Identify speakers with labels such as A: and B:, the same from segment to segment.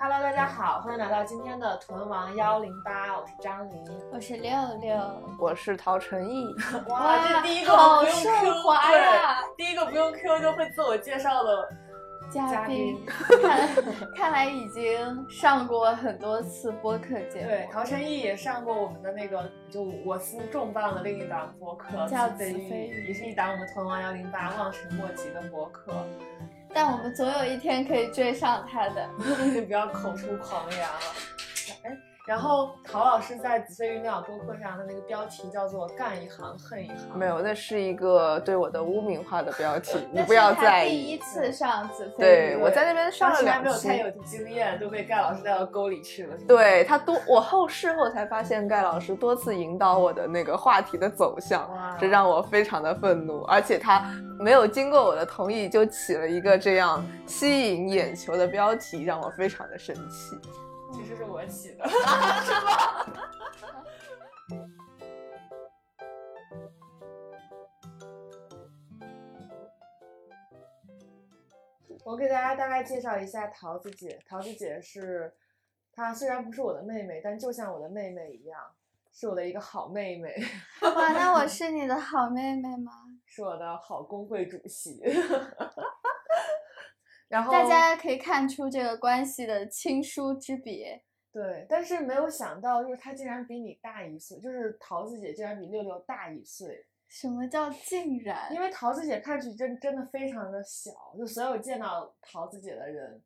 A: Hello，大家好，欢迎来到今天的屯王幺零八，我是张琳。
B: 我哦是六六，
C: 我是陶晨毅，
A: 哇，这第一个
B: 好
A: 不用
B: 顺
A: Q，
B: 滑呀，
A: 对，第一个不用 Q 就会自我介绍的
B: 嘉
A: 嘉
B: 宾
A: 宾。，
B: 看来看来已经上过很多次播客节
A: 对，
B: 目，
A: 陶晨毅也上过我们的那个，就我司重磅的另一档播客，
B: 叫
A: 子
B: 子非鱼
A: 也是一档我们屯王幺零八望尘莫及的播客。
B: 但我们总有一天可以追上他的。
A: 不要口出狂言了。哎，然后陶老师在子非鱼鸟播客上的那个标题叫做“干一行恨一行”，
C: 没有，那是一个对我的污名化的标题，你
B: 那是
C: 不要
B: 他
C: 在
B: 第一
C: 意。
B: 次上子非
C: 对
B: 鱼，
C: 我在那边上
A: 当
C: 了
A: 时还
C: 两
A: 没有太
C: 期，
A: 有经验，就被盖老师带到沟里去了。是吧，
C: 对他多，我后事后才发现盖老师多次引导我的那个话题的走向，
A: 哇，
C: 这让我非常的愤怒，而且他没有经过我的同意就起了一个这样吸引眼球的标题，让我非常的生气。
A: 其实是
B: 嗯
A: 我起的。 我给大家大概介绍一下桃子姐。桃子姐是，她虽然不是我的妹妹，但就像我的妹妹一样，是我的一个好妹妹，
B: 哇，那我是你的好妹妹
C: 哦
B: 吗？
A: 是我的好工会主席。 然后
B: 大家可以看出这个关系的亲疏之别。
A: 对，但是没有想到，就是她竟然比你大一岁，就是桃子姐竟然比六六大一岁，
B: 什么叫竟然？
A: 因为桃子姐看上去真真的非常的小，就所有见到桃子姐的人，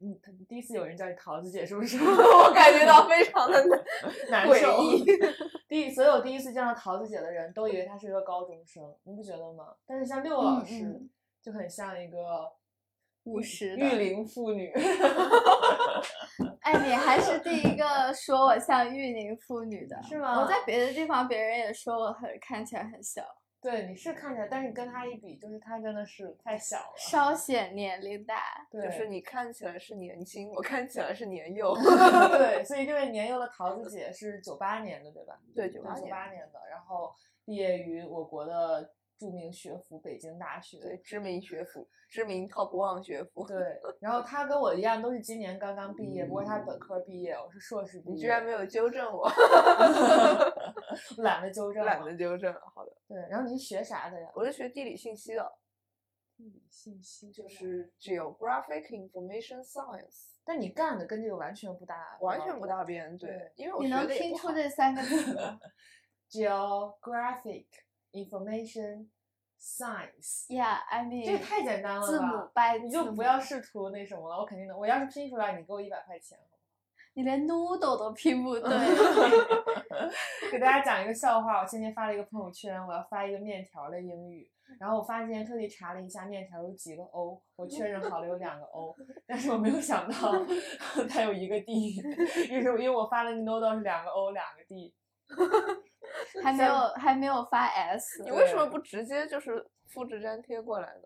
A: 嗯，第一次有人叫你桃子姐是不是？
C: 我感觉到非常的难
A: 难
C: 诡
A: 受
C: 异。
A: 第一所有第一次见到桃子姐的人都以为她是一个高中生，你不觉得吗？但是像六老
B: 嗯
A: 师、
B: 嗯
A: 就很像一个
B: 务
A: 玉
B: 实的
A: 育龄妇女。
B: 哎，你还是第一个说我像育龄妇女的，
A: 是吗
B: 我在别的地方，别人也说我很看起来很小，
A: 对，你是看起来，但是跟她一比，就是她真的是太小了。
B: 稍显年龄大。
A: 对，
C: 就是你看起来是年轻，我看起来是 年幼。
A: 对，所以这位年幼的桃子姐是九八年的，对吧？嗯
C: 对
A: 九
C: 98年
A: 八年的，然后毕业于我国的著名学府北京大学。
C: 对，知名学府，知名 Top One 学府。
A: 对，然后她跟我一样都是今年刚刚毕业，不过她本科毕业，我是硕士毕业。
C: 你居然没有纠正我，
A: 懒得纠正
C: 懒
A: 了
C: 得纠正了。好的，
A: 对，然后你是学啥的呀？
C: 我是学地理信息的，
A: 地理信息
C: 就
A: 吧，
C: 是 Geographic Information Science，
A: 但你干的跟这个完全不搭，
C: 完全不。搭边。对
A: 哦对，
C: 因为我
B: 你能
C: 学的也
B: 听
C: 不
B: 出
C: 好。
B: 这三个字 吗
A: Geographic information science，
B: ？Yeah，I
A: 这个
B: mean，
A: 太简单了吧？
B: 字母掰
A: 你
B: 字
A: 就
B: 母
A: 不要试图那什么了，我肯定能。我要是拼出来，你给我一百块钱。
B: 你连 noodle 都拼不对。
A: 给大家讲一个笑话，我今天发了一个朋友圈，我要发一个面条的英语，然后我发现今天特地查了一下面条有几个 O，我确认好了有两个 O，但是我没有想到它有一个 D，于是我因为我发了一个 noodle 是两个 O 两个 D，
B: 还没有还没有发 S，
C: 你为什么
A: 对
C: 不直接就是复制粘贴过来呢？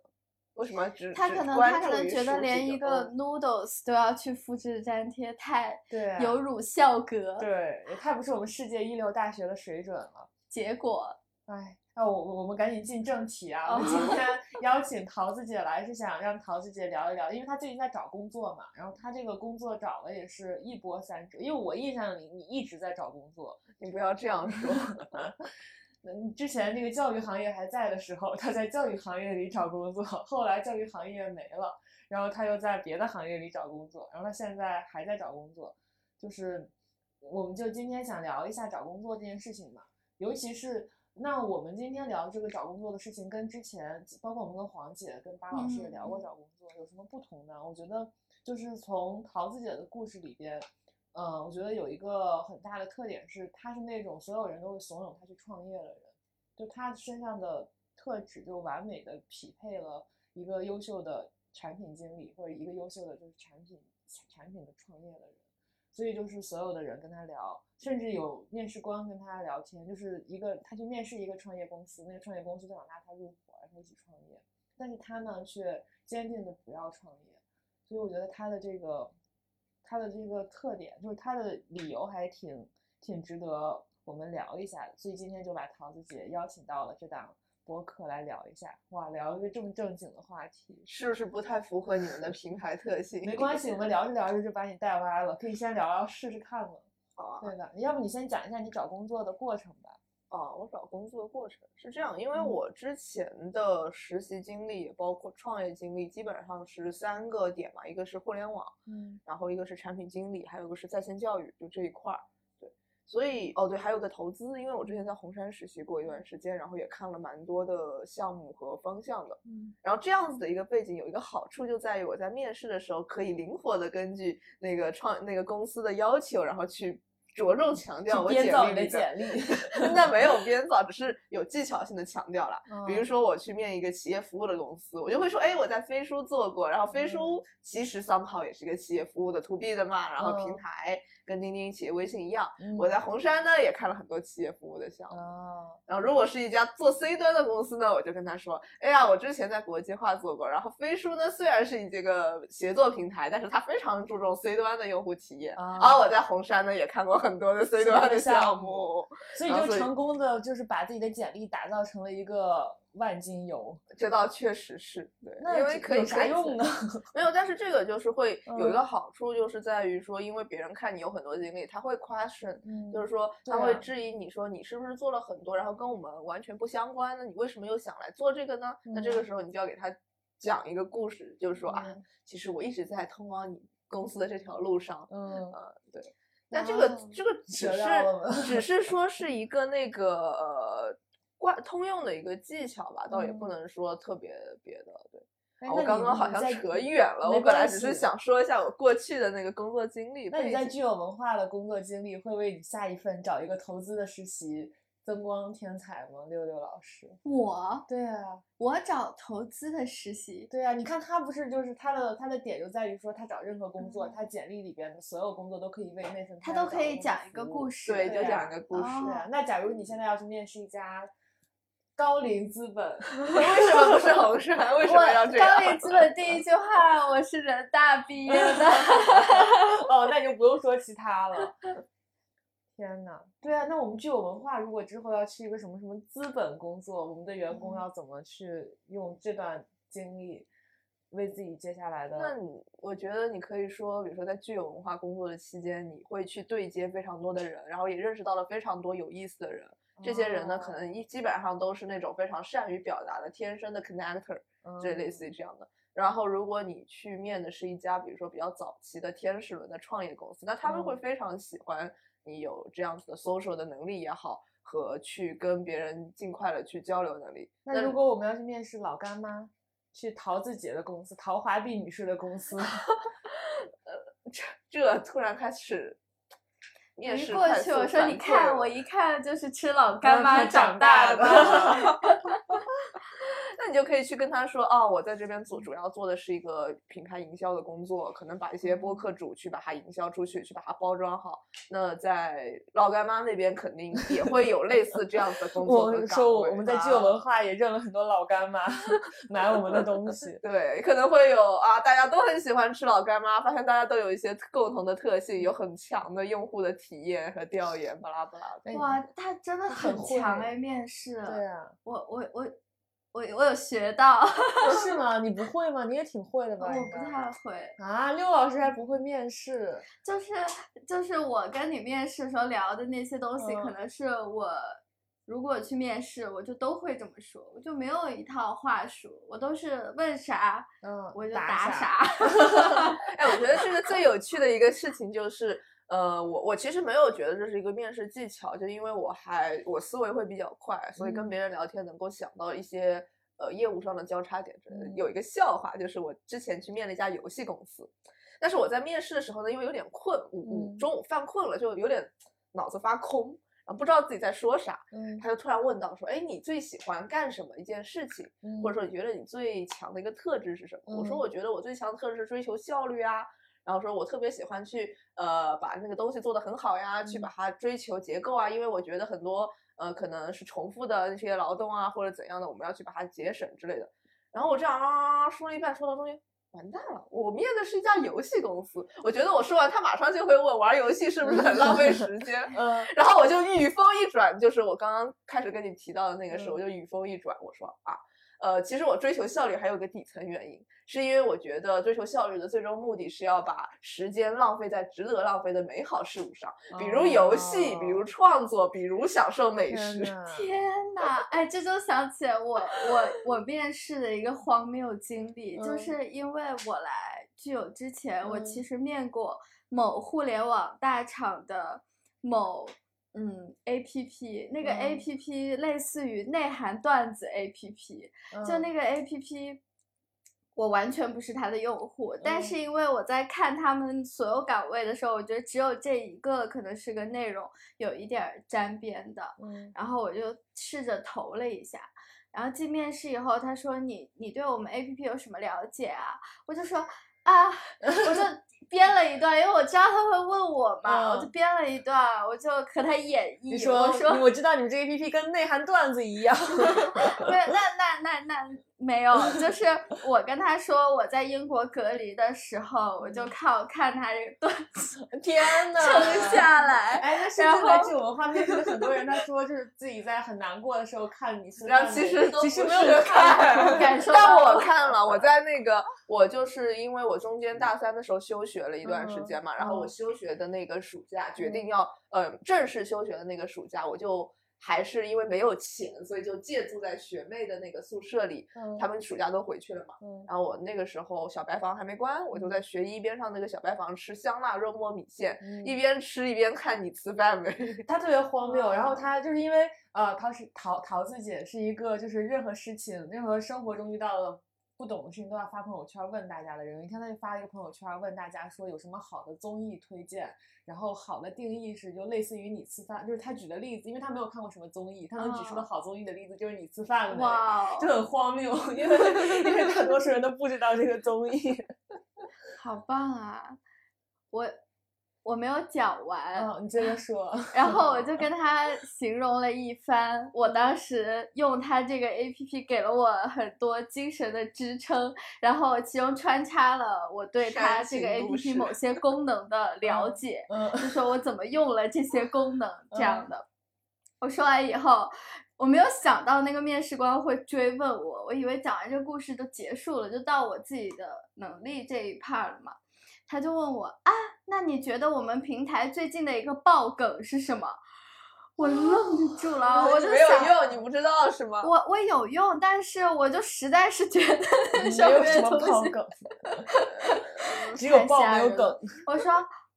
C: 为什么要只
B: 他
C: 只
B: 可能
C: 关
B: 他可
C: 注
B: 能
C: 于
B: 觉得
C: 实
B: 连
C: 体
B: 一
C: 的
B: 个
C: 哦
B: noodles 都要去复制粘贴，太
A: 对啊
B: 有辱校格。
A: 对，也太不是我们世界一流大学的水准了。
B: 结果
A: 哎，那我我我们赶紧进正题啊！我们今天邀请桃子姐来是想让桃子姐聊一聊，因为她最近在找工作嘛，然后她这个工作找的也是一波三折，因为我印象里你一直在找工作，
C: 你不要这样说。
A: 那你之前那个教育行业还在的时候，她在教育行业里找工作，后来教育行业没了，然后她又在别的行业里找工作，然后她现在还在找工作，就是我们就今天想聊一下找工作这件事情嘛。尤其是那我们今天聊这个找工作的事情，跟之前包括我们跟黄姐、跟巴老师也
B: 嗯
A: 聊过找工作，有什么不同呢？我觉得就是从桃子姐的故事里边，嗯，我觉得有一个很大的特点是，她是那种所有人都会怂恿她去创业的人，就她身上的特质就完美的匹配了一个优秀的产品经理或者一个优秀的就是产品产品的创业的人。所以就是所有的人跟他聊，甚至有面试官跟他聊天，就是一个他去面试一个创业公司，那个创业公司想拉他入伙，让他一起创业，但是他呢却坚定的不要创业，所以我觉得他的这个他的这个特点，就是他的理由还挺挺值得我们聊一下的，所以今天就把桃子姐邀请到了这档播客来聊一下。哇，聊一个这么正经的话题，
C: 是不是不太符合你们的平台特性？
A: 没关系，我们聊着聊着就把你带歪了，可以先聊聊试试看嘛。
C: 好啊。
A: 对的，要不你先讲一下你找工作的过程吧。
C: 啊，我找工作的过程是这样，因为
A: 嗯
C: 我之前的实习经历，也包括创业经历，基本上是三个点嘛，一个是互联网，
A: 嗯
C: 然后一个是产品经理，还有一个是在线教育，就这一块儿。对，所以哦对，还有个投资，因为我之前在红杉实习过一段时间，然后也看了蛮多的项目和方向的。
A: 嗯，
C: 然后这样子的一个背景有一个好处，就在于我在面试的时候可以灵活的根据那个创那个公司的要求，然后去着重强调我
A: 编
C: 简
A: 造
C: 历
A: 你的
C: 里的
A: 简历
C: 那没有编造，只是有技巧性的强调啦。比如
A: 嗯
C: 说我去面一个企业服务的公司，我就会说，哎，我在飞书做过，然
A: 嗯
C: 后飞书其实 somehow 也是一个企业服务的 to B 的嘛，然后平
A: 嗯
C: 台跟钉钉、企业微信一样。
A: 嗯
C: 我在红杉呢也看了很多企业服务的项目。
A: 啊，
C: 然后如果是一家做 C 端的公司呢，我就跟他说，哎呀，我之前在国际化做过，然后飞书呢虽然是这个协作平台，但是它非常注重 C 端的用户体验。
A: 啊
C: 而我在红杉呢也看过很多的 C
A: 端
C: 端
A: 的
C: 的
A: 项
C: 项
A: 目
C: 目。
A: 所以
C: 然
A: 就
C: 后啊所以
A: 成功的就是把自己的简历打造成了一个万金油，
C: 这倒确实是对，
A: 那
C: 因为
A: 这
C: 可
A: 有
C: 以
A: 啥
C: 申
A: 用
C: 请
A: 呢？
C: 没有，但是这个就是会有一个
A: 嗯
C: 好处，就是在于说，因为别人看你有很多经历，他会 question，
A: 嗯
C: 就是说
A: 对
C: 他会
A: 啊
C: 质疑你说你是不是做了很多，然后跟我们完全不相关的，你为什么又想来做这个呢？那这个
A: 嗯
C: 时候你就要给他讲一个故事，就是说啊，
A: 嗯
C: 其实我一直在通往你公司的这条路上，
A: 嗯
C: 呃，对。但这个
A: 哦
C: 这个只
A: 学到了吗
C: 是只是说是一个那个呃挂通用的一个技巧吧，倒也不
A: 嗯
C: 能说特别别的，对。
A: 哎
C: 啊
A: 那
C: 我刚
A: 你
C: 刚好
A: 你
C: 像
A: 在
C: 扯远了，我
A: 没
C: 本来
A: 关
C: 只是
A: 系
C: 想说一下我过去的那个工作经历
A: 那
C: 背
A: 你
C: 景。
A: 在具有文化的工作经历，会为你下一份找一个投资的实习增光添彩吗？六六老师，
B: 我
A: 对啊，
B: 我找投资的实习，
A: 对啊，你看他不是就是他的他的点就在于说，他找任何工作，他简历里边的所有工作都可以为那份
B: 嗯他
A: 要
B: 都
A: 找
B: 可
A: 的
B: 以
A: 工作
B: 讲一个
A: 服务
B: 故事。
C: 对，就
A: 对
C: 讲
A: 啊
C: 一个故事。
A: 对
B: 哦
A: 啊，那假如你现在要去面试一家高瓴资本，
C: 为什么不是红杉？ 为什么要
B: 我
C: 这
B: 刚
C: 样？
B: 领资本第一句话，我是人大毕业的。
A: 哦，那你就不用说其他了。天呐，对啊，那我们具有文化，如果之后要去一个什么什么资本工作，我们的员工
B: 嗯
A: 要怎么去用这段经历为自己接下来
C: 那
A: 的？
C: 你我觉得你可以说，比如说在具有文化工作的期间，你会去对接非常多的人，然后也认识到了非常多有意思的人。这些人呢，可能一基本上都是那种非常善于表达的天生的 connector，
A: 能
C: 这类似于这样的。然后，如果你去面的是一家，比如说比较早期的天使轮的创业公司，那他们会
A: 嗯
C: 非常喜欢你有这样子的 social 的能力也好，和去跟别人尽快的去交流能力。
A: 那如果我们要去面试老干妈，去陶子姐的公司，陶华碧女士的公 司，
C: 这这突然开始面
B: 一
C: 试
B: 过
C: 快
B: 去，我
C: 速
B: 说
C: 反
B: 你
C: 馈
B: 看，
C: 了
B: 我一看就是吃老
A: 嗯
B: 干妈
A: 他长
B: 大
A: 大
C: 那你就可以去跟他说，哦，我在这边主主要做的是一个品牌营销的工作，可能把一些播
A: 嗯
C: 客主去把它营销出去，去把它包装好。那在老干妈那边肯定也会有类似这样子的工作
A: 我
C: 和岗
A: 说我
C: 位
A: 我们在具有
C: 啊，
A: 文化也认了很多老干妈 买我们的 东西
C: 对，可能会有啊，大家都很喜欢吃老干妈，发现大家都有一些共同的特性，有很强的用户的体验和调研，巴拉巴拉
A: 哎
C: 的。
B: 哇，他真的
A: 他很
B: 很强
A: 会
B: 哎，面试。
A: 对啊，
B: 我我我我我有学到，
A: 哦是吗？你不会吗？你也挺会的吧？
B: 我
A: 应
B: 不
A: 该
B: 太会，
A: 啊，六老师还不会面试，
B: 就是就是我跟你面试时候聊的那些东西，可
A: 嗯
B: 能是我。如果去面试，我就都会这么说，我就没有一套话术，我都是问啥
A: 嗯，
B: 我就
A: 打
B: 答
A: 傻，
B: 啥。
C: 哎，我觉得这个最有趣的一个事情就是，呃，我我其实没有觉得这是一个面试技巧，就因为我还我思维会比较快，所以跟
A: 嗯
C: 别人聊天能够想到一些呃业务上的交叉点之类的。
A: 嗯
C: 有一个笑话，就是我之前去面了一家游戏公司，但是我在面试的时候呢，因为有点困，午午
A: 嗯
C: 中午犯困了，就有点脑子发空，然后不知道自己在说啥，
A: 嗯
C: 他就突然问到说，哎，你最喜欢干什么一件事情？
A: 嗯，
C: 或者说你觉得你最强的一个特质是什么？我说
A: 嗯
C: 我觉得我最强的特质是追求效率啊，然后说我特别喜欢去呃把那个东西做得很好呀，去
A: 嗯
C: 把它追求结构啊，因为我觉得很多呃可能是重复的那些劳动啊或者怎样的，我们要去把它节省之类的。然后我这样啊啊啊啊说了一半，说到中间，完蛋了，我面的是一家游戏公司，我觉得我说完他马上就会问玩游戏是不是很浪费时间，
A: 嗯，
C: 然后我就语风一转，就是我刚刚开始跟你提到的那个事，
A: 嗯
C: 我就语风一转，我说啊，呃，其实我追求效率还有个底层原因，是因为我觉得追求效率的最终目的是要把时间浪费在值得浪费的美好事物上，比如游戏，比如
A: 哦
C: 创作，比如享受美
A: 天
C: 食。
A: 呐
B: 天呐，哎，这就想起我我我面试的一个荒谬经历，就
A: 嗯
B: 是因为我来具有之前，我其
A: 嗯
B: 实面过某互联网大厂的某嗯 A P P，那个
A: 嗯
B: A P P 类似于内涵段子 A P P，就
A: 嗯
B: 那个 A P P，我完全不是它的用户，
A: 嗯
B: 但是因为我在看他们所有岗位的时候，我觉得只有这一个可能是跟内容有一点儿沾边的，
A: 嗯
B: 然后我就试着投了一下。然后进面试以后，他说你你对我们 A P P 有什么了解啊？我就说啊，我就编了一段，因为我知道他会问我嘛，我就
A: 嗯
B: 编了一段，我就和他演绎。
A: 你说
B: 我说
A: 我知道你们这 A P P 跟内涵段子 一样，
B: 对，那那那那没有，就是我跟他说我在英国隔离的时候，我就
A: 嗯
B: 靠看他 这个段子
A: 天呐，
B: 撑下来。
A: 哎，那甚
B: 然
A: 至来
B: 后
A: 这种文化面试的很多人，他说就是自己在很难过的时候看你身
C: 然
A: 上
C: 后
A: 的，
C: 其实都
A: 其
C: 不
A: 实
C: 是
A: 没有人看，
B: 感受
C: 但
B: 哎到
C: 我
B: 了
C: 看了，我在那个，我就是因为我中间大三的时候休学了一段时间嘛，然后我
A: 嗯
C: 休学的那个暑假决
A: 嗯
C: 定要，呃，正式休学的那个暑假，我就还是因为没有钱，所以就借住在学妹的那个宿舍里，
A: 嗯
C: 他们暑假都回去了嘛。
A: 嗯
C: 然后我那个时候小白房还没关，我
B: 嗯
C: 就在学医边上那个小白房吃香辣肉末米线，一
A: 嗯，
C: 边吃一边看你吃饭呗。
A: 他特别荒谬。然后他就是因为呃，桃是桃桃子姐是一个就是任何事情、任何生活中遇到的不懂的事情都要发朋友圈问大家的人。有一天，他就发了一个朋友圈问大家说有什么好的综艺推荐。然后好的定义是就类似于你吃饭，就是他举的例子，因为他没有看过什么综艺，他能举出的
B: 哦
A: 好综艺的例子就是你吃饭了没。
B: 哇哦，
A: 就很荒谬，因为因为大多数人都不知道这个综 艺。
B: 好棒啊！我我没有讲完，
A: 嗯，你接着说。
B: 然后我就跟他形容了一番，我当时用他这个 A P P 给了我很多精神的支撑，然后其中穿插了我对他
C: 煽
B: 这个
C: 情
B: A
C: 故
B: P P
C: 事
B: 某些功能 的了解，
A: 嗯
B: 就说我怎么用了这些功能这样的。我说完以后，我没有想到那个面试官会追问我，我以为讲完这个故事就结束了，就到我自己的能力这一 part 了嘛。他就问我啊，那你觉得我们平台最近的一个爆梗是什么？我愣
A: 哦
B: 住了，哦我
C: 你
B: 就
C: 没有
B: 想，
C: 用，你不知道是吗？
B: 我我有用，但是我就实在是觉得
A: 没
B: 上
A: 有
B: 面
A: 什
B: 的
A: 么
B: 东
A: 爆
B: 西
A: 梗，只有
B: 太
A: 爆
B: 吓
A: 没有
B: 人了
A: 梗。
B: 我说，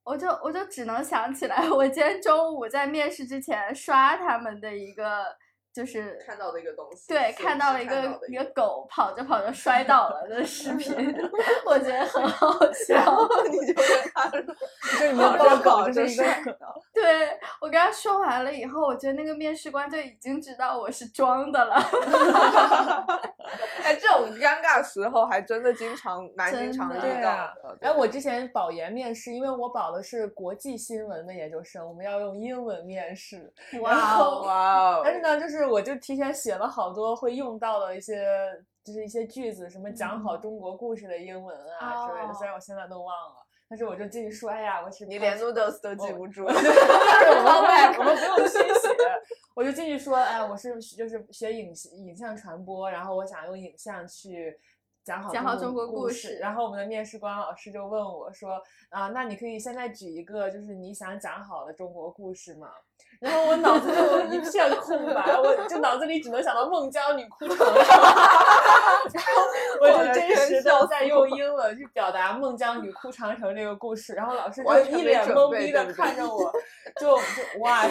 B: 我就我就只能想起来，我今天中午在面试之前刷他们的一个，就是
C: 看到的一个东西，
B: 对
C: 是
B: 看
C: 是
B: 到了一
C: 看到
B: 个
C: 的
B: 一个狗跑着跑着 摔倒了的视频，我觉得很好
C: 然
B: 笑。
C: 后你就跟他 说，
A: 这里面
C: 好
A: 爆
C: 这好
A: 梗
C: 这
A: 这是一个
C: 是
A: 梗。
B: 对我跟他说完了以后，我觉得那个面试官就已经知道我是装的了。
C: 哎，这种尴尬时候还真的经常蛮经
B: 真
C: 常遇
B: 的
C: 到
A: 对啊
C: 的。对
A: 哎，我之前保研面试，因为我保的是国际新闻的研究生，我们要用英文面试。
B: 哇哦！
C: 哇哦，
A: 但是呢，就是我就提前写了好多会用到的一些，就是一些句子，什么讲好
B: 嗯
A: 中国故事的英文啊之类的。虽然我现在都忘了，但是我就记说，哎呀，我是
C: 你
A: 看
C: 连 noodles 都记不住，
A: 就是我们卖，我们不用续写，我就继续说，哎，我是就是学影影像传播，然后我想用影像去。讲好
B: 讲好中
A: 中
B: 国故
A: 故
B: 事
A: 然后我们的面试官老师就问我说：“啊，那你可以现在举一个就是你想讲好的中国故事吗？”然后我脑子就一片空白， 我就脑子里只能想到孟姜女哭城，然后我就
C: 我的
A: 真
C: 天
A: 实
C: 笑
A: 的
C: 死
A: 在
C: 我
A: 用英文去表达孟姜女哭长城这个故事，然后老师
C: 完
A: 就
C: 全
A: 一
C: 没
A: 脸
C: 准
A: 懵
C: 备
A: 逼
C: 对
A: 的
C: 不对
A: 看着我，就就 why，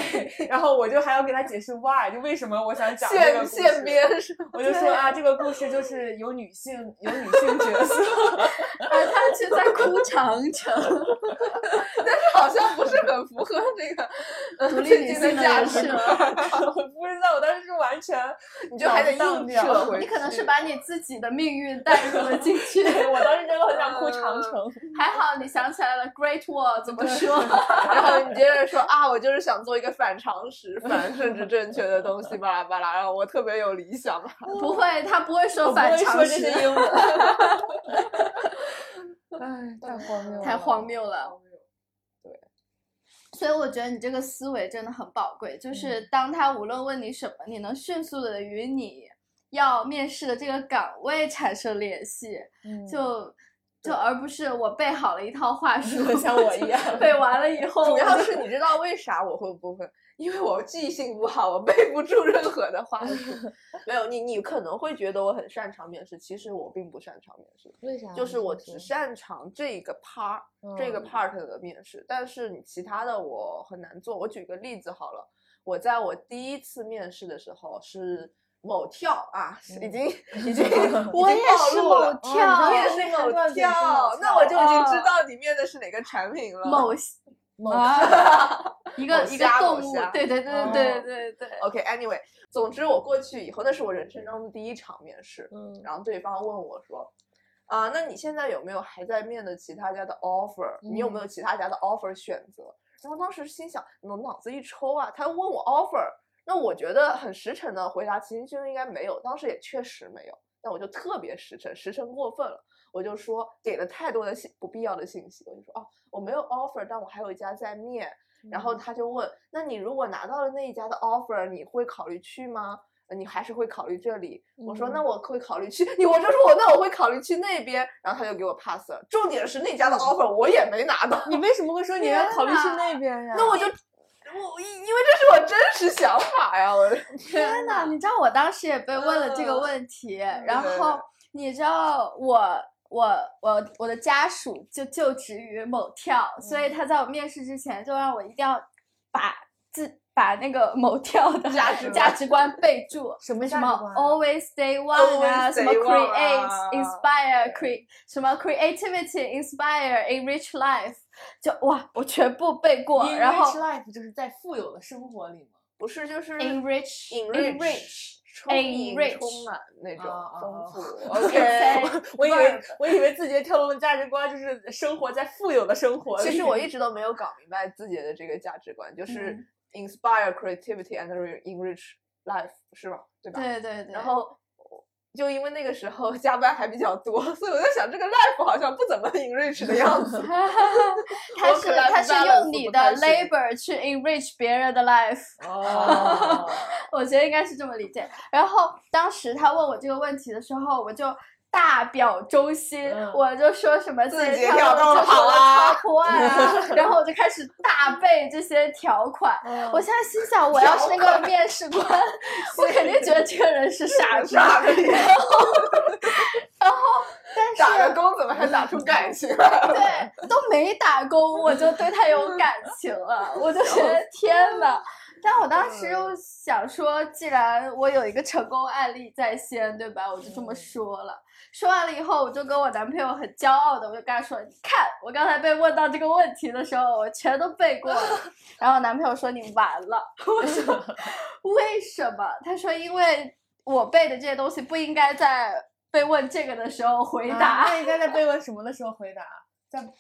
A: 然后我就还要给他解释 why，就为什么我想 讲这个
C: 现
A: 故事
C: 现，编是
A: 我就 说啊，这个故事就是有女性有女性角色，
B: 啊，他是在哭长 城，
C: 好像不是很符合这个 呃
B: 独立
C: 最
B: 女
C: 近
B: 性的
C: 价
B: 人
C: 值
B: 设。
C: 观，
A: 我不知道，我当时是完全
C: 你就还得
A: 脑子
C: 硬
A: 荡
C: 扯
A: 掉
C: 回去。
B: 你可能是把你自己的命运带入了进 去。
A: 我当时真的很想
C: 嗯
A: 哭长城，
B: 还好你想起来了，Great Wall 怎么说？
C: 然后你接着说啊，我就是想做一个反常识、反政治正确的东西，巴拉巴拉。然后我特别有理想，
B: 不会，他不会
A: 我
B: 说
A: 不会
B: 反
A: 说
B: 常
A: 这
B: 识
A: 些。英文， 哎，太荒谬了，
B: 太荒谬了。
A: 荒谬
B: 所以我觉得你这个思维真的很宝贵，就是当他无论问你什么，你能迅速的与你要面试的这个岗位产生联系，
A: 嗯
B: 就就而不是我背好了一套话术，
C: 像我一 样
B: 背完了以后，
C: 主
B: 我
C: 要
B: 就是
C: 你知道为啥我会不会？因为我记性不好，我背不住任何的话术。没有你，你可能会觉得我很擅长面试，其实我并不擅长面试，
A: 为啥呢？
C: 就是我
A: 啊是
C: 只擅长这个 part 这个
A: 嗯
C: part 的面试，但是你其他的我很难做。我举个例子好了，我在我第一次面试的时候是某跳啊，是已
A: 嗯
C: 经已经
B: 我也是
A: 你知
B: 某
A: 道
B: 跳
C: 你
A: 我
C: 也
A: 也
C: 是
A: 是
C: 某
A: 某
C: 跳
A: 跳，
C: 那我就已经知
B: 哦
C: 道你面的是哪个产品了。
B: 某
A: 某
B: 一个
C: 某
B: 一个
C: 虾某
B: 动物
C: 虾，
B: 对对对对对对对。
C: OK，anyway，、总之我过去以后，那是我人生中的第一场面试。
A: 嗯
C: 然后对方问我说：“啊，那你现在有没有还在面的其他家的 offer？你有没有其他家的 offer 选择？”然后当时心想，我脑子一抽啊，他问我 offer，那我觉得很实诚的回答，其实就应该没有，当时也确实没有，但我就特别实诚，实诚过分了。我就说给了太多的信不必要的信息，我就说哦，我没有 offer，但我还有一家在面，然后他就问：“那你如果拿到了那一家的 offer，你会考虑去吗？呃你还是会考虑这里？”我说：“那
A: 嗯
C: 我会考虑去。”你我就说我那我会考虑去那边，然后他就给我 pass 了。重点是那家的 offer 我也没拿到，
A: 你为什么会说你要
B: 天
A: 考虑去
B: 呐
A: 那边呀？
C: 那我就我因因为这是我真实想法呀，我
B: 天呐，你知道我当时也被问了这个
C: 嗯
B: 问题，
C: 对
B: 然
C: 对
B: 后你知道我我我我的家属就就职于某跳，所
C: 嗯
B: 以他在我面试之前就让我一定要把自把那个某跳的
C: 价值
B: 价
C: 观
B: 值观备注。
A: 什么
B: 什
A: 价值
B: 么
A: 观啊
B: always stay one 啊，
C: Always
B: 什么
C: stay one
B: create
C: 啊
B: inspire cre 什么 creativity inspire enrich life，就哇，我全部背过，
A: In
B: 然
A: rich
B: 后
A: life 就是在富有的生活里嘛。
C: 不是就是
B: enrich
C: enrich 充盈
B: enrich
C: 充满那种
A: 啊啊
C: 丰
A: 啊
C: 富。
B: 对
C: OK，
A: 我以为
C: Verb
A: 我以为自己的跳动价值观就是生活在富有的生活里。
C: 其实我一直都没有搞明白自己的这个价值观，就是
B: 嗯
C: inspire creativity and re- enrich life，是吧？对吧？
B: 对对对，。
C: 然后就因为那个时候加班还比较多，所以我在想这个 life 好像不怎么 enrich 的样子
B: 他是
C: Work-life
B: 他是
C: balance
B: 用你
C: 不
B: 的
C: 太行
B: labor 去 enrich 别人的 life，
A: 哦，
B: 我觉得应该是这么理解。然后当时他问我这个问题的时候，我就。大表忠心，
A: 嗯
B: 我就说什么字
C: 字节
B: 节
C: 跳动
B: 动就是
C: 好
B: 我的
C: 啊
B: top one 啊，然后我就开始大背这些条款。
A: 嗯
B: 我现在心想，我要是那个面试官， 我肯定觉得这个人是傻子。
C: 傻逼，
B: 但是
C: 打个工怎么还打出感情来 了？
B: 对，都没打工，我就对他有感 情了，我就觉得天
A: 哦
B: 呐。但我当时又想说，既然我有一个成功案例在先，对吧？我就这么
A: 嗯
B: 说了。说完了以后，我就跟我男朋友很骄傲的，我就跟他说：“你看，我刚才被问到这个问题的时候，我全都背 过了。”然后我男朋友说：“你完了。”我说：“为什么？”他说：“因为我背的这些东西不应该在被问这个的时候回答。
A: 啊那应该在被问什么的时候回答？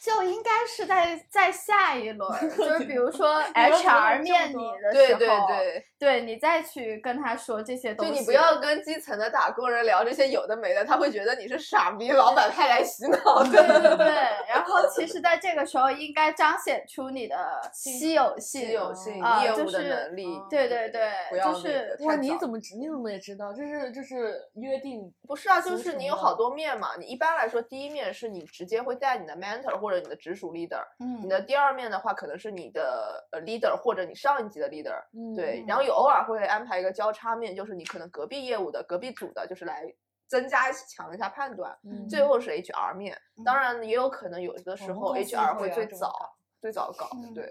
B: 就应该是在在下一轮儿，就是比如 说
A: 要讨论这
B: HR
A: 么
B: 面你
A: 多
B: 的时
C: 对
B: 候，
C: 对对，
B: 对你再去跟他说这些
C: 就
B: 东西，
C: 你不要跟基层的打工人聊这些有的没的，他会觉得你是傻逼，老板派来洗 脑
B: 对
C: 的。
B: 对对。然后其实，在这个时候应该彰显出你 的稀有性，
C: 稀有性、
B: 啊
C: 业
B: 就
C: 务的
B: 是
C: 能力，
B: 对对对
C: 嗯不要
B: 就
C: 那
B: 是
C: 个
A: 哇，
C: 太
A: 你
C: 早
A: 怎么知你怎么也知道？这是这是约定
C: 不是啊，就
A: 俗
C: 是你
A: 成
C: 有好
A: 的
C: 多面嘛。你一般来说，第一面是你直接会带你的 mentor 或者你的直属 leader，
B: 嗯
C: 你的第二面的话可能是你的呃 leader 或者你上一级的 leader。
A: 嗯
C: 对，然后有偶尔会安排一个交叉面，就是你可能隔壁业务的、隔壁组的，就是来增加强一下判断。
A: 嗯
C: 最后是 HR 面，当
B: 嗯
C: 然也有可能有的时候 HR 会最早。最早搞
B: 嗯
C: 对，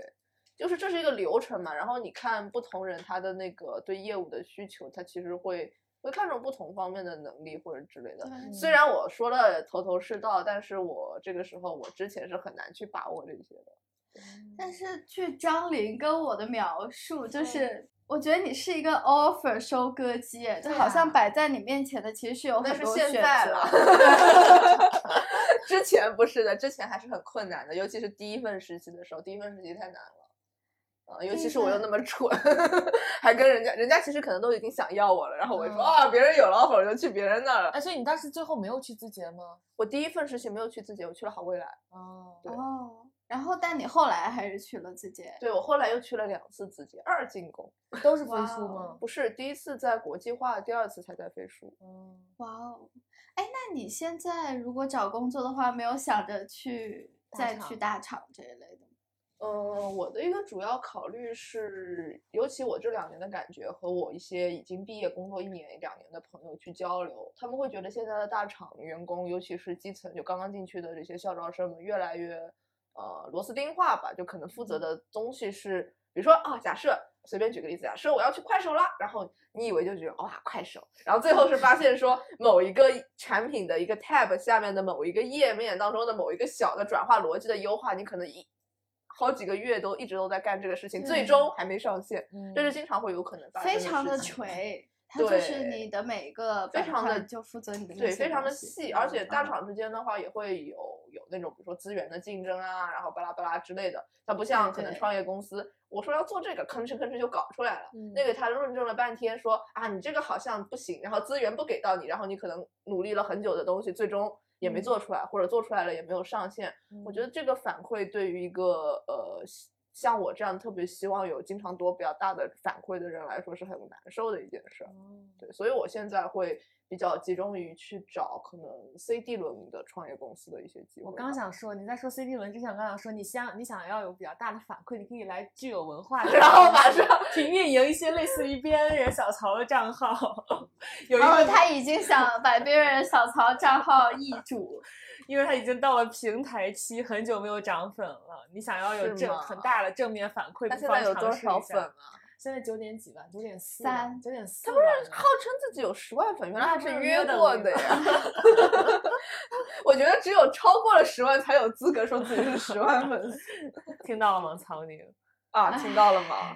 C: 就是这是一个流程嘛。然后你看不同人他的那个对业务的需求，他其实会会看重不同方面的能力或者之类的。
B: 对
C: 虽然我说了头头是道，但是我这个时候我之前是很难去把握这些的。
B: 但是据张琳跟我的描述，就是我觉得你是一个 offer 收割机，就
A: 对
B: 好像
A: 啊
B: 摆在你面前的其实是有
C: 那
B: 很
C: 是
B: 多
C: 现
B: 选
C: 在
B: 择
C: 了， 之前不是的，之前还是很困难的，尤其是第一份实习的时候，第一份实习太难了。啊，尤其
B: 就是
C: 我又
B: 是
C: 那么蠢， 还跟人家，人家其实可能都已经想要我了，然后我就说
A: 嗯
C: 啊，别人有 offer 我就去别人那儿了。
A: 哎，所以你当时最后没有去字节吗？
C: 我第一份实习没有去字节，我去了好未来。
A: 哦，
C: 对
B: 哦，然后但你后来还是去了字节，
C: 对我后来又去了两次字节，二进宫，
A: 都是飞
B: 哇
A: 书
B: 哦
A: 吗？
C: 不是第一次在国际化，第二次才在飞书。
A: 嗯，
B: 哇哦，哎，那你现在如果找工作的话，没有想着去
A: 大
B: 再
A: 厂
B: 去大厂这一类的吗？
C: 嗯，我的一个主要考虑是，尤其我这两年的感觉和我一些已经毕业工作一年两年的朋友去交流，他们会觉得现在的大厂员工，尤其是基层就刚刚进去的这些校招生们，越来越呃螺丝钉化吧，就可能负
B: 嗯
C: 责的东西是，比如说啊，假设随便举个例子，假设我要去快手啦，然后你以为就觉得哇快手，然后最后是发现说某一个产品的一个 tab 下面的某一个页面当中的某一个小的转化逻辑的优化，你可能一好几个月都一直都在干这个事情，最
B: 嗯
C: 终还没上线，
A: 嗯
C: 这是经常会有可能发生
B: 非常
C: 的
B: 的
C: 事情。
B: 垂，它就是
C: 对
B: 你的每一个
C: 非
B: 板
C: 常地
B: 块就负责你的那
C: 对，
B: 些
C: 非常的
B: 东西
C: 细，而且大
B: 嗯
C: 厂之间的话也会有有那种比如说资源的竞争啊，然后巴拉巴拉之类的。它不像可能
B: 对
C: 创业公司，我说要做这个，吭哧吭哧就搞出来了。
A: 嗯
C: 那个他论证了半天说，啊你这个好像不行，然后资源不给到你，然后你可能努力了很久的东西，最终也没
A: 嗯
C: 做出来，或者做出来了也没有上线。
B: 嗯
C: 我觉得这个反馈对于一个呃希像我这样特别希望有经常多比较大的反馈的人来说是很难受的一件事。
A: 嗯
C: 对，所以我现在会比较集中于去找可能 C D 轮的创业公司的一些机会吧。
A: 我刚想说，你在说 CD 轮之前，我刚想说，你想你想要有比较大的反馈，你可以来具有文 化的公司，
C: 然后马上
A: 去运营一些类似于 B N 人小曹的账号，有一
B: 哦，
A: 个，
B: 他已经想把别人小曹账号易主，
A: 因为他已经到了平台期，很久没有涨粉了。你想要有
C: 是
A: 正
C: 吗
A: 很大的正面反馈，
C: 他
A: 不
C: 现
A: 妨
C: 在有
A: 尝
C: 多
A: 试
C: 少
A: 一下
C: 粉啊？
A: 现在九点几吧，九点四，
B: 三
A: 九点四。
C: 他不是号称自己有十万粉，原来
A: 那
C: 他
A: 不
C: 是
A: 是
C: 约
A: 约等
C: 过
A: 于
C: 的
A: 吗
C: 呀。 我觉得只有超过了十万才有资格说自己是十 万粉
A: 啊
C: 丝
A: 听到了吗，曹宁？
C: 啊！听到了吗？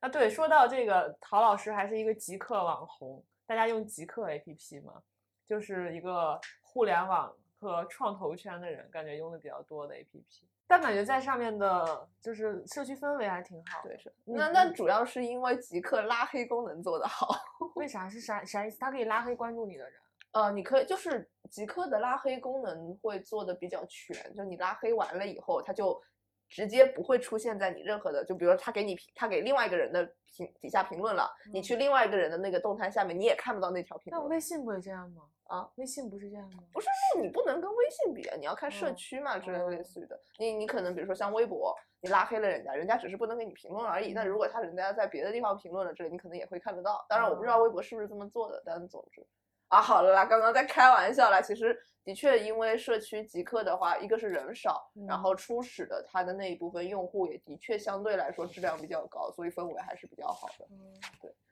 A: 啊，对，说到这个，陶老师还是一个极客网红，大家用极客 APP 吗？就是一个互联网和创投圈的人，感觉用的比较多的 APP，但感觉在上面的，就是社区氛围还挺好的。
C: 对，是。那
A: 嗯
C: 那主要是因为极客拉黑功能做得好。
A: 为啥是啥啥意思？它可以拉黑关注你的人。
C: 呃，你可以就是极客的拉黑功能会做的比较全，就你拉黑完了以后，它就直接不会出现在你任何的，就比如说他给你评，他给另外一个人的评底下评论了，你去另外一个人的那个动态下面，你也看不到那条
A: 嗯
C: 评
A: 那我
C: 论。
A: 微信不也这样吗？
C: 啊，
A: 微信不是这样吗？
C: 不是，那你不能跟微信比啊，你要看社
A: 嗯
C: 区嘛之类的类
A: 嗯
C: 似于的。你你可能比如说像微博，你拉黑了人家，人家只是不能给你评论而
A: 嗯
C: 已。但如果他人家在别的地方评论了之类，你可能也会看得到。当然我不知道
A: 嗯
C: 微博是不是这么做的，但总之。啊，好了啦，刚刚在开玩笑啦。其实的确，因为社区极客的话，一个是人少，然
A: 嗯
C: 后初始的它的那一部分用户也的确相对来说质量比较高，所以氛围还是比较好的。
A: 嗯，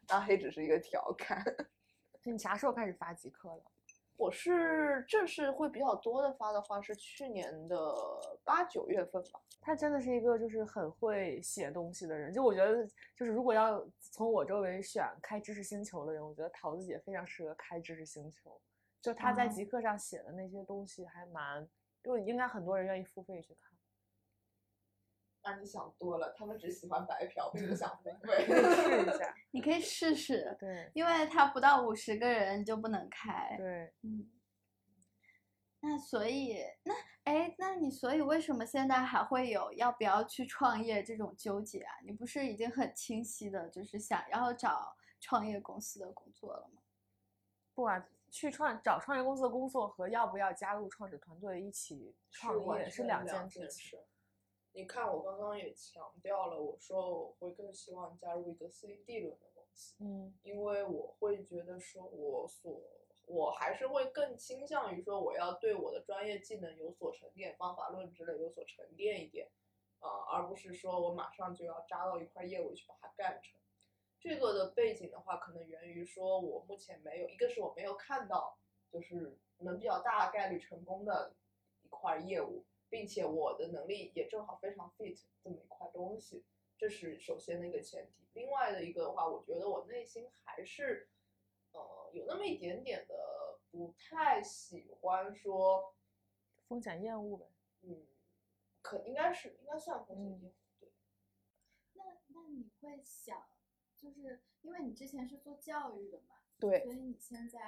C: 拉黑只是一个调侃。
A: 你啥时候开始发极客的？
C: 我是正式会比较多的发的话是去年的八九月份吧。
A: 他真的是一个就是很会写东西的人，就我觉得就是如果要从我周围选开知识星球的人，我觉得桃子姐非常适合开知识星球。就她在
B: 哦
A: 极客上写的那些东西还蛮，就应该很多人愿意付费去看。
C: 那你想多了，他们只喜欢白嫖，并不想 付费
A: 可以试一下，
B: 你可以试试，
A: 对
B: 因为它不到五十个人你就不能开。
A: 对，
B: 嗯，那所以那哎，那你所以为什么现在还会有要不要去创业这种纠结啊？你不是已经很清晰的，就是想要找创业公司的工作了吗？
A: 不管去创找创业公司的工作和要不要加入创始团队一起创业是两件事情。。
C: 你看，我刚刚也强调了，我说我会更希望加入一个 CD 轮的公司。
A: 嗯
C: 因为我会觉得说，我所我还是会更倾向于说，我要对我的专业技能有所沉淀，方法论之类有所沉淀一点，啊、而不是说我马上就要扎到一块业务去把它干成。这个的背景的话，可能源于说我目前没有，一个是我没有看到，就是能比较大概率成功的一块业务，并且我的能力也正好非常 fit 这么一块东西。这是首先的一个前提。另外的一个的话，我觉得我内心还是，呃，有那么一点点的不太喜欢说，
A: 风险厌恶呗。
C: 嗯，可应该是应该算风险
A: 嗯
C: 厌恶对。
B: 你会想，就是因为你之前是做教育的嘛，
C: 对，
B: 所以你现在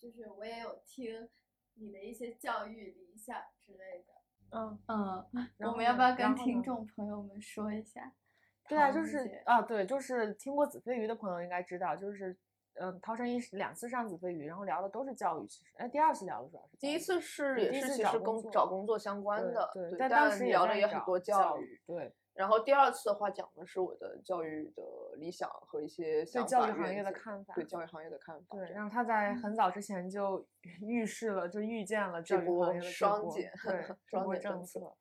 B: 就是我也有听你的一些教育理想之类的。
A: 嗯，
B: 嗯，
A: 然
B: 我
A: 后
B: 们要
A: 呢
B: 不要跟
A: 然后
B: 听
A: 呢
B: 众朋友们说一下？
A: 对啊，
B: 唐
A: 就
B: 人
A: 是
B: 街
A: 啊，对，就是听过子非鱼的朋友应该知道，就是嗯，陶晨一是两次上子非鱼，然后聊的都是教育，其实哎，第二次聊的主要是
C: 第
A: 教
C: 一
A: 育
C: 次是
A: 对
C: 也
A: 第一
C: 是
A: 次
C: 其
A: 找
C: 实
A: 工
C: 工
A: 作
C: 找工作相关
A: 对
C: 的，
A: 对
C: 对，
A: 但当时也
C: 聊了
A: 在
C: 也很
A: 找
C: 多
A: 教
C: 育。
A: 对
C: 然后第二次的话讲的是我的教育的理想和一些
A: 对
C: 想
A: 教
C: 法
A: 育行
C: 原
A: 业的
C: 则
A: 看法，
C: 对教育行业的看法。
A: 对，
C: 哦这样嗯
A: 然后他在很早之前就预示了，就预见了
C: 这
A: 教育
C: 波
A: 行业的这
C: 双
A: 波
C: 减
A: 对这
C: 双
A: 波
C: 减政
A: 政
C: 策
A: 策。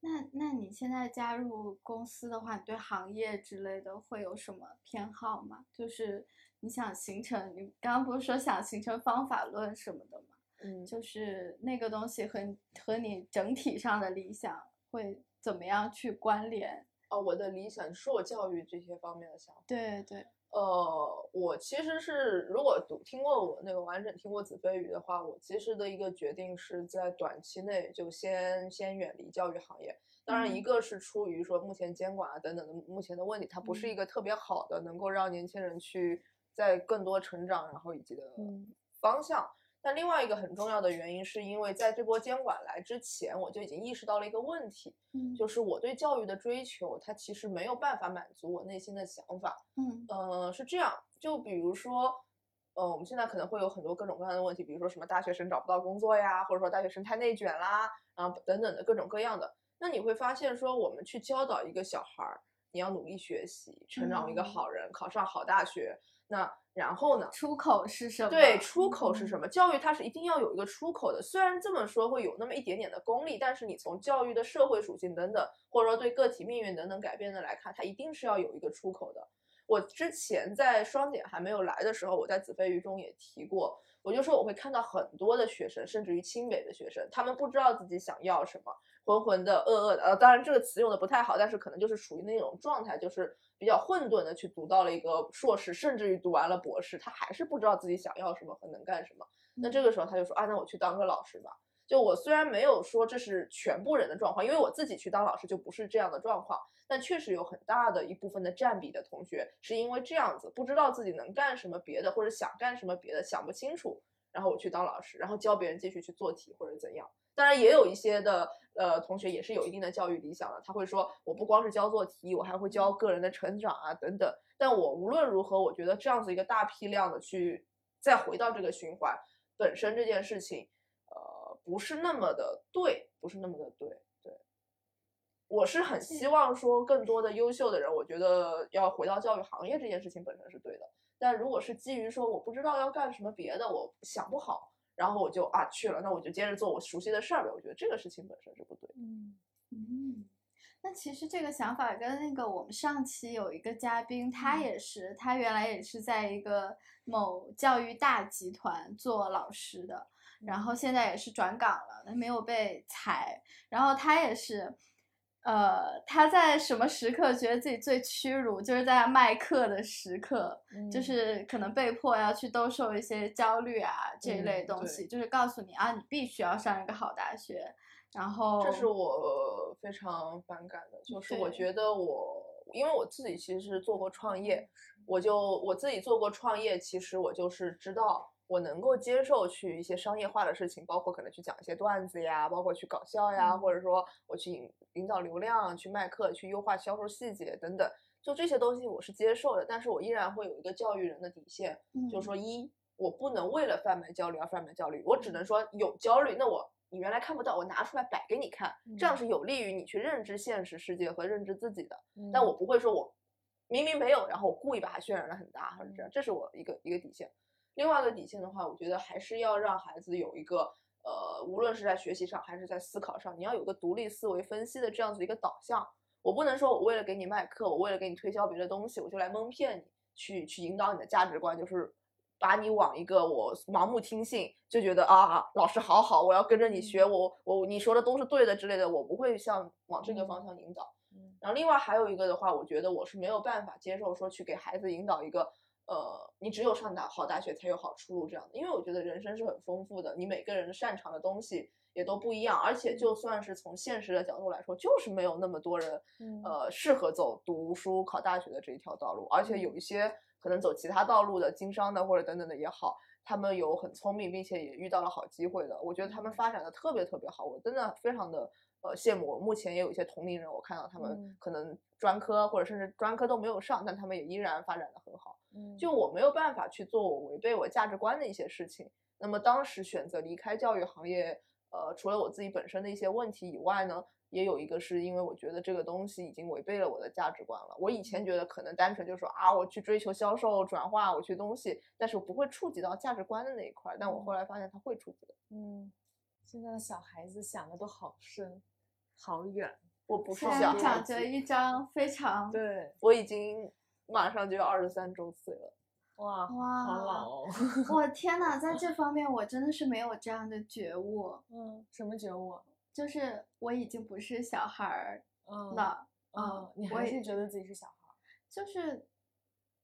B: 那那你现在加入公司的话，你对行业之类的会有什么偏好吗？就是你想形成，你刚刚不是说想形成方法论什么的吗？
C: 嗯，
B: 就是那个东西和你和你整体上的理想会怎么样去关联？
C: 哦，我的理想受教育这些方面的想法。
B: 对对，
C: 呃，我其实是如果读听过我那个完整听过子非鱼的话，我其实的一个决定是在短期内就先先远离教育行业。当然，一
B: 嗯
C: 个是出于说目前监管啊等等的目前的问题，它不是一个特别好的能够让年轻人去在更多成长，然后以及的
A: 嗯
C: 方向。但另外一个很重要的原因，是因为在这波监管来之前，我就已经意识到了一个问题，
B: 嗯
C: 就是我对教育的追求，它其实没有办法满足我内心的想法。
B: 嗯
C: 呃，是这样，就比如说，呃，我们现在可能会有很多各种各样的问题，比如说什么大学生找不到工作呀，或者说大学生太内卷啦，然后等等的各种各样的。那你会发现说，我们去教导一个小孩儿，你要努力学习，成长为一个
B: 嗯
C: 好人，考上好大学。那然后呢？
B: 出口是什么？
C: 对，出口是什
B: 嗯？
C: 么？教育它是一定要有一个出口的。虽然这么说会有那么一点点的功利，但是你从教育的社会属性等等，或者说对个体命运等等改变的来看，它一定是要有一个出口的。我之前在双减还没有来的时候，我在子非鱼中也提过，我就说我会看到很多的学生，甚至于清北的学生，他们不知道自己想要什么，浑浑的、噩噩的。呃，当然这个词用的不太好，但是可能就是处于那种状态，就是比较混沌的去读到了一个硕士，甚至于读完了博士，他还是不知道自己想要什么和能干什么。那这个时候他就说啊，那我去当个老师吧。就我虽然没有说这是全部人的状况，因为我自己去当老师就不是这样的状况，但确实有很大的一部分的占比的同学是因为这样子不知道自己能干什么别的，或者想干什么别的，想不清楚，然后我去当老师，然后教别人继续去做题或者怎样。当然也有一些的呃同学也是有一定的教育理想的，他会说我不光是教做题，我还会教个人的成长啊等等。但我无论如何，我觉得这样子一个大批量的去再回到这个循环本身这件事情，呃，不是那么的对，不是那么的对，对。我是很希望说更多的优秀的人，我觉得要回到教育行业这件事情本身是对的。但如果是基于说我不知道要干什么别的，我想不好，然后我就啊去了，那我就接着做我熟悉的事儿呗。我觉得这个事情本身是不对的。
A: 嗯，
B: 嗯，那其实这个想法跟那个我们上期有一个嘉宾，
C: 嗯
B: 他也是，他原来也是在一个某教育大集团做老师的，然
C: 嗯
B: 后现在也是转岗了，他没有被裁，然后他也是。呃，他在什么时刻觉得自己最屈辱，就是在卖课的时刻，就
A: 嗯
B: 是可能被迫要去兜售一些焦虑啊这一类
A: 嗯
B: 东
A: 对
B: 西，就是告诉你啊，你必须要上一个好大学，然后
C: 这是我非常反感的，就是我
B: 哦嗯对嗯
C: 觉得我，因为我自己其实是做过创业，我就我自己做过创业，其实我就是知道我能够接受去一些商业化的事情，包括可能去讲一些段子呀，包括去搞笑呀，
B: 嗯
C: 或者说我去引引导流量、去卖课、去优化销售细节等等，就这些东西我是接受的，但是我依然会有一个教育人的底线，就
B: 嗯
C: 是说一，我不能为了贩卖焦虑而贩卖焦虑，我只能说有焦虑，那我你原来看不到，我拿出来摆给你看，这样
A: 嗯
C: 是有利于你去认知现实世界和认知自己的。
A: 嗯
C: 但我不会说我明明没有，然后我故意把它渲染的很大，或者这样，这是我一个一个底线。另外一个底线的话，我觉得还是要让孩子有一个呃，无论是在学习上还是在思考上，你要有个独立思维分析的这样子一个导向。我不能说我为了给你卖课，我为了给你推销别的东西，我就来蒙骗你，去去引导你的价值观，就是把你往一个我盲目听信，就觉得啊老师好好，我要跟着你学，我我你说的都是对的之类的，我不会像往这个方向引导。
A: 嗯
C: 然后另外还有一个的话，我觉得我是没有办法接受说去给孩子引导一个呃，你只有上大好大学才有好出路这样的。因为我觉得人生是很丰富的，你每个人擅长的东西也都不一样，而
A: 嗯
C: 且就算是从现实的角度来说，就是没有那么多人
A: 嗯
C: 呃适合走读书考大学的这一条道路，而且
A: 嗯
C: 有一些可能走其他道路的，经商的或者等等的也好。他们有很聪明，并且也遇到了好机会的，我觉得他
A: 嗯
C: 们发展的特别特别好，我真的非常的呃羡慕。我目前也有一些同龄人，我看到他们
A: 嗯
C: 可能专科或者甚至专科都没有上，但他们也依然发展的很好。
A: 嗯
C: 就我没有办法去做我违背我价值观的一些事情。那么当时选择离开教育行业，呃，除了我自己本身的一些问题以外呢，也有一个是因为我觉得这个东西已经违背了我的价值观了。我以前觉得可能单纯就是说啊，我去追求销售转化，我去东西，但是我不会触及到价值观的那一块儿。但我后来发现它会触及的。
A: 嗯，现在的小孩子想的都好深，好远。
C: 我不是
B: 现在
C: 小孩
B: 长着
C: 子，
B: 啊一张非常
A: 对，
C: 我已经马上就要二十三周岁了。
A: 哇，
B: 哇
A: 好老 哦。
B: 我天呐，在这方面我真的是没有这样的觉悟，
A: 嗯，什么觉悟啊？
B: 就是我已经不是小孩儿
A: 嗯，
B: 了，
A: 嗯，你
B: 我
A: 还
B: 也
A: 是觉得自己是小孩儿。
B: 就是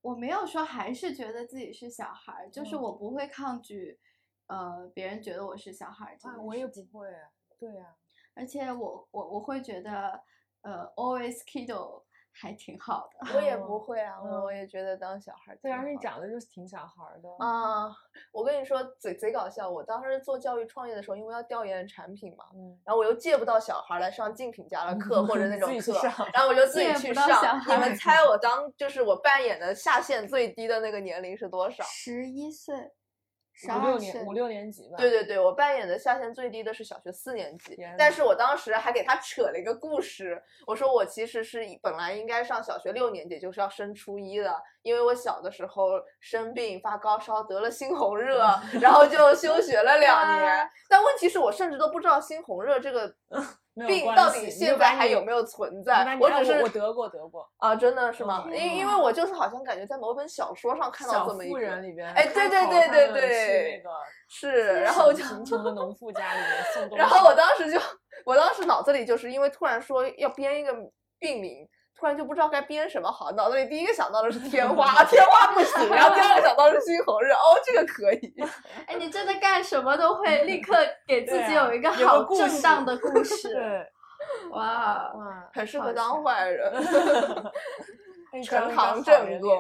B: 我没有说还是觉得自己是小孩儿，就是
A: 嗯
B: 我不会抗拒，呃，别人觉得我是小孩儿这
A: 啊，
B: 件
A: 我
B: 事
A: 也
B: 情
A: 不会啊。对呀、
B: 而且我我我会觉得，呃，always kiddo 还挺好的。
C: 我也
A: 嗯
C: 不会啊，
A: 嗯
C: 我也觉得当小孩儿挺
A: 对啊，你
C: 好
A: 长得就是挺小孩儿的。
C: 啊，我跟你说贼贼搞笑，我当时做教育创业的时候，因为要调研产品嘛，
A: 嗯，
C: 然后我又借不到小孩儿来上竞品家的 课或者那
A: 自
C: 种
A: 己去
C: 课，
A: 上
C: 然后我就自己
B: 借
C: 去
B: 不到
C: 上
B: 小。
C: 你们
B: 孩
C: 猜我当就是我扮演的下限最低的那个年龄是多少？
B: 十一岁，十
A: 五六
B: 二岁
A: 年，五六年级吧。
C: 对对对，我扮演的下限最低的是小学四年级
A: 天，
C: 但
A: 呐
C: 是我当时还给他扯了一个故事，我说我其实是以本来应该上小学六年级，就是要升初一的，因为我小的时候生病发高烧，得了猩 红热，然后就休学了两年
A: 啊
B: 哇。
C: 但问题是我甚至都不知道猩红热这个
A: 没有
C: 病
A: 关
C: 到
A: 系
C: 底
A: 你
C: 现
A: 就把
C: 在还
A: 你
C: 有没有存
A: 你
C: 在
A: 把，你
C: 我
A: 啊
C: 只
A: 我我
C: 是。
A: 得过得过。
C: 啊，真的是吗？
A: 哦
C: 因因为我就是好像感觉在某本小说上看到
A: 小
C: 这么一
A: 妇
C: 个，
A: 人里边，
C: 哎
A: 开
C: 对对
A: 头
C: 对
A: 他
C: 对
A: 们去那
C: 对
A: 个
C: 是，然后我就
A: 贫贫穷的农妇家里面 送东西。
C: 然后我当时就，我当时脑子里就是因为突然说要编一个病名，突然就不知道该编什么好，脑子里第一个想到的是 天花，天花不行，然后第二个想到是猩红热，哦，这个可 以，
B: 哎，你真的干什么都会立刻给自
A: 对
B: 己
A: 啊
B: 有一个
A: 有个
B: 好
A: 故
B: 正
A: 事
B: 当的故事。
A: 对
B: 哇，哦
A: 哇，
C: 很适
B: 好
C: 合当
B: 强
C: 坏人，
A: 哎啊你长得
C: 呈
A: 跟
C: 堂
A: 好
C: 证
A: 人
C: 供。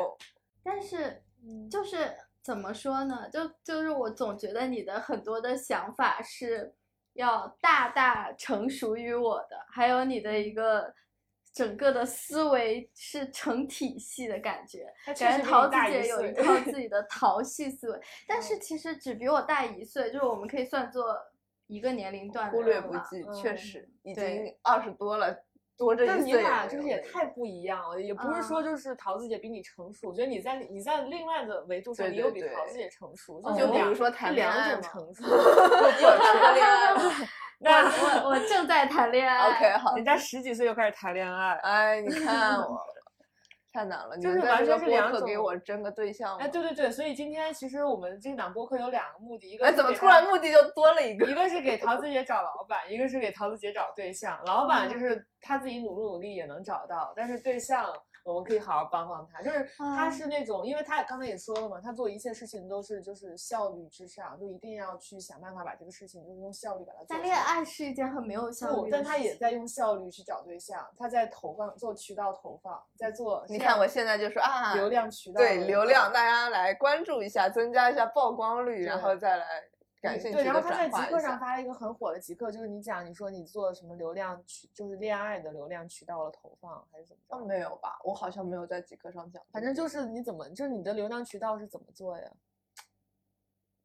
B: 但是
A: 脸，就
B: 就是怎么说呢？就就是我总觉得你的很多的想法是要大大成熟于我的，还有你的一个整个的思维是成体系的感觉。感觉桃子姐有 一套自己的淘系思
A: 嗯
B: 维，但是其实只比我大一岁，就是我们可以算作一个年龄段的
C: 忽略
B: 人
C: 不
B: 吧
C: 计，确
A: 嗯
C: 实已
B: 对
C: 经二十多了，多这一岁
A: 但
C: 没
A: 你
C: 有那个。
A: 俩就是也太不一样了，也不是
C: 嗯
A: 说就是桃子姐比你成熟，我觉得你在你在另外的维度上，
C: 对
A: 你
C: 对
A: 又比
C: 对哦
A: 桃子姐成熟，
B: 嗯
A: 是
C: 就比
A: 两
C: 如说谈恋爱
A: 两
C: 嘛
A: 种成 熟，
C: 有谈过恋爱吗
A: 那
B: 我我正在谈恋爱。
C: ？OK，好，啊
A: 人家十几岁就开始谈恋爱，
C: 哎，你看我太难了，你
A: 就是
C: 们在
A: 完
C: 这
A: 全
C: 个
A: 是
C: 播
A: 两
C: 客给
A: 种
C: 我争个对象吗
A: 哎，？对对对，所以今天其实我们这档播客有啊两个目的，一个
C: 哎，
A: 是
C: 怎么
A: 给
C: 突
A: 大
C: 然目的就多了一个？
A: 一个是给桃子姐找老板，一个是给桃子姐找对象。老板就
B: 嗯
A: 是他自己努不努力也能找到，但是对象我们可以好好帮帮他。就是他
B: 嗯
A: 是那种，因为他也刚才也说了嘛，他做一切事情都是就是效率至上，就一定要去想办法把这个事情就是用效率把它做
B: 谈
A: 出
B: 恋
A: 来。
B: 爱是一件很没有效
A: 不，
B: 率的
A: 但
B: 事情，
A: 他也在用效率去找对象，他在投放做渠道投放，在做这
C: 你看
A: 样
C: 我现在就说啊，
A: 流量渠道
C: 对
A: 的
C: 流
A: 一个
C: 量，大家来关注一下，增加一下曝光率，然
A: 对
C: 后再来感兴趣
A: 对，
C: 的
A: 然后他在
C: 转
A: 极
C: 化
A: 客
C: 一
A: 上
C: 下。
A: 发了一个很火的极客，就是你讲你说你做什么流量渠，就是恋爱的流量渠道的投放还是怎么
C: 哦，
A: 着？
C: 没有吧？我好像没有在极客上讲过，
A: 反正就是你怎么，就是你的流量渠道是怎么做呀？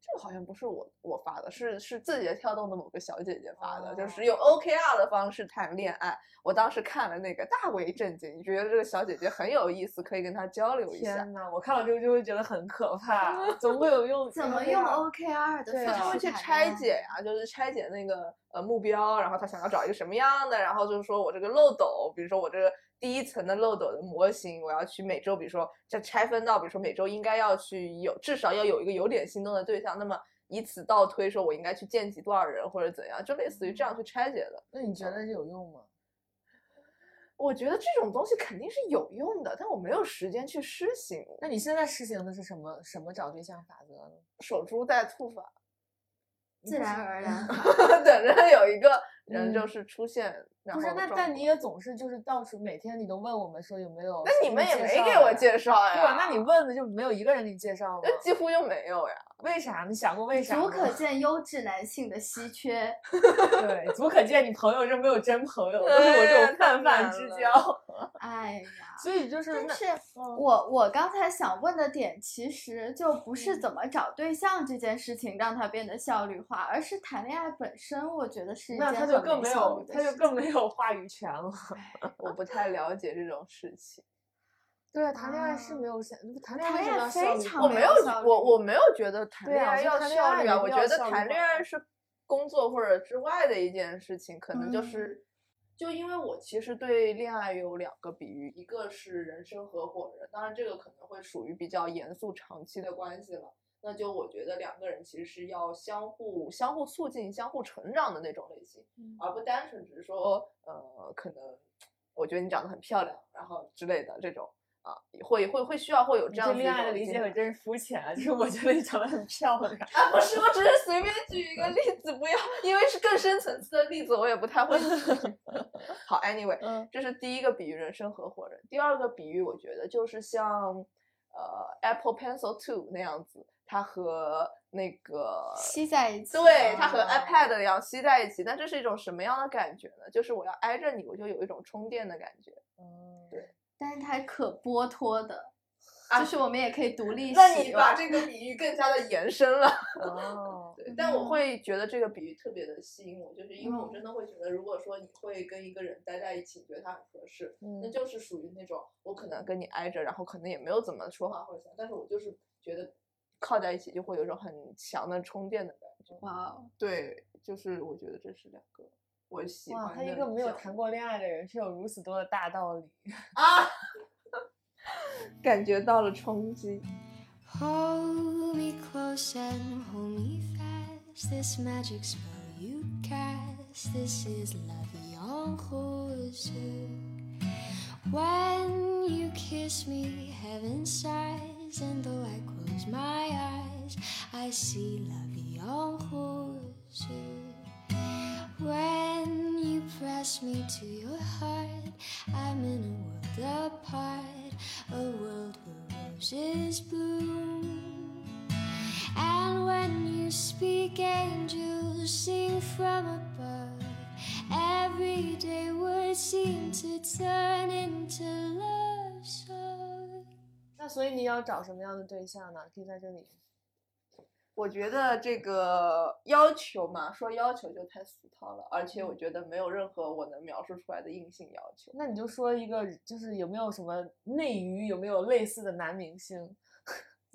C: 这个好像不是我我发的，是是字节跳动的某个小姐姐发的，就
A: 哦
C: 是用 OKR 的方式谈恋爱。我当时看了那个大为震惊，觉得这个小姐姐很有意思，可以跟她交流一下。
A: 天呐，我看到这个就会觉得很可 怕，总会有用
B: 怎么用哦
A: OKR
B: OKR 的
A: 啊对
B: 方
C: 就
A: 啊
B: 式
C: 他会去
B: 谈
C: 拆
B: 恋爱
C: 解呀、就是拆解那个呃目标，然后他想要找一个什么样的，然后就是说我这个漏斗，比如说我这个第一层的漏斗的模型，我要去每周，比如说再拆分到，比如说每周应该要去有至少要有一个有点心动的对象，那么以此倒推说我应该去见
A: 嗯
C: 几多少人或者怎样，就类似于这样去拆解的。
A: 那你觉得是有用吗？
C: 我觉得这种东西肯定是有用的，但我没有时间去施行。
A: 那你现在实行的是什么什么找对象法则呢？
C: 守株待兔 法，
B: 自然而 然
C: 等着有一个人就
A: 嗯
C: 是出现，然
A: 不是，
C: 后
A: 那
C: 状
A: 但
C: 况
A: 你也总是就是到处每天你都问我们说有没有，
C: 那你们也没
A: 绍
C: 给我
A: 呀
C: 介绍呀？
A: 对吧？那你问的就没有一个人给你介绍吗？
C: 那几乎就没有呀。
A: 为啥？你想过为啥吗？
B: 足可见优质男性的稀缺。
A: 对，足可见你朋友是没有真朋友，都是我这
C: 哎
A: 种泛
C: 当然
A: 泛之
C: 了
A: 交。
B: 哎呀，
A: 所以就是
B: 但
A: 那
B: 是
A: 嗯
B: 我我刚才想问的点，其实就不是怎么找对象这件事情让它变得效率化，而是谈恋爱本身，我觉得是一
A: 那
B: 件
A: 他就
B: 很
A: 更
B: 没
A: 没
B: 效
A: 有
B: 率，的
A: 他就
B: 事
A: 更没有话语权了。
C: 我不太了解这种事情，
A: 对啊，谈恋爱是
B: 啊
A: 没有效，谈恋
B: 谈
A: 爱为什
B: 恋
A: 么
B: 爱
A: 要
B: 非
A: 效率
B: 常
A: 高？
C: 我
B: 没
C: 没
B: 有
C: 有，
B: 效率
C: 我我没有觉得谈
A: 对
C: 恋
A: 啊
C: 爱
A: 我觉得
C: 要
A: 谈恋
C: 效
A: 爱
C: 率
A: 一
C: 啊，
A: 定
C: 我
A: 要
C: 觉得
A: 效率
C: 谈恋
A: 化
C: 爱是工作或者之外的一件事情，可能就
B: 嗯
C: 是。就因为我其实对恋爱有两个比喻，一个是人生合伙人，当然这个可能会属于比较严肃长期的关系了。那就我觉得两个人其实是要相互相互促进、相互成长的那种类型。
A: 嗯
C: 而不单纯只是说，呃，可能我觉得你长得很漂亮，然后之类的这种啊，会会会需要会有
A: 你
C: 这样
A: 对
C: 子
A: 恋爱的
C: 的
A: 理解可真是肤浅 啊！就是我觉得你长得很漂亮，
C: 啊，不是，我只是随便举一个例子，不要，因为是更深层次的例子，我也不太会举。 好，anyway，
A: 嗯，
C: 这是第一个比喻，人生合伙人。第二个比喻，我觉得就是像呃 Apple Pencil Two 那样子，它和那个
B: 吸在一起。
C: 对，它和
A: 啊
C: iPad 一样吸在一起，但这是一种什么样的感觉呢？就是我要挨着你，我就有一种充电的感觉。 对
B: 但是它还可剥脱的，
C: 啊
B: 就是我们也可以独立使用。
C: 那你把这个比喻更加的延伸了。
A: 哦，
C: 对，但我
B: 嗯
C: 会觉得这个比喻特别的吸引我，就是因为我
B: 嗯
C: 真的会觉得，如果说你会跟一个人待在一起，你觉得他很合适，那
A: 嗯，
C: 就是属于那种我可能跟你挨着，然后可能也没有怎么说话或者啥，但是我就是觉得靠在一起就会有一种很强的充电的感觉。
B: 哇哦，
C: 对，就是我觉得这是两个我喜
A: 哇，
C: 欢
A: 他一
C: 的
A: 个没有
C: 角
A: 谈过恋爱的人是有如此多的大道理。
C: 啊，感觉到了冲击。
D: Hold me close and hold me fast. This magic spell you cast. This is la vie en rose. When you kiss me, heaven sighs. And though I close my eyes, I see la vie en rose. When you press me to your heart, I'm in a world apart, a world where roses bloom. And when you speak, angels sing from above. Everyday words seem to turn into love songs.
A: 那所以你要找什么样的对象呢？可以在这里。
C: 我觉得这个要求嘛，说要求就太俗套了，而且我
A: 嗯
C: 觉得没有任何我能描述出来的硬性要 求。
A: 那你就说一个，就是有没有什么内娱，有没有类似的男明星？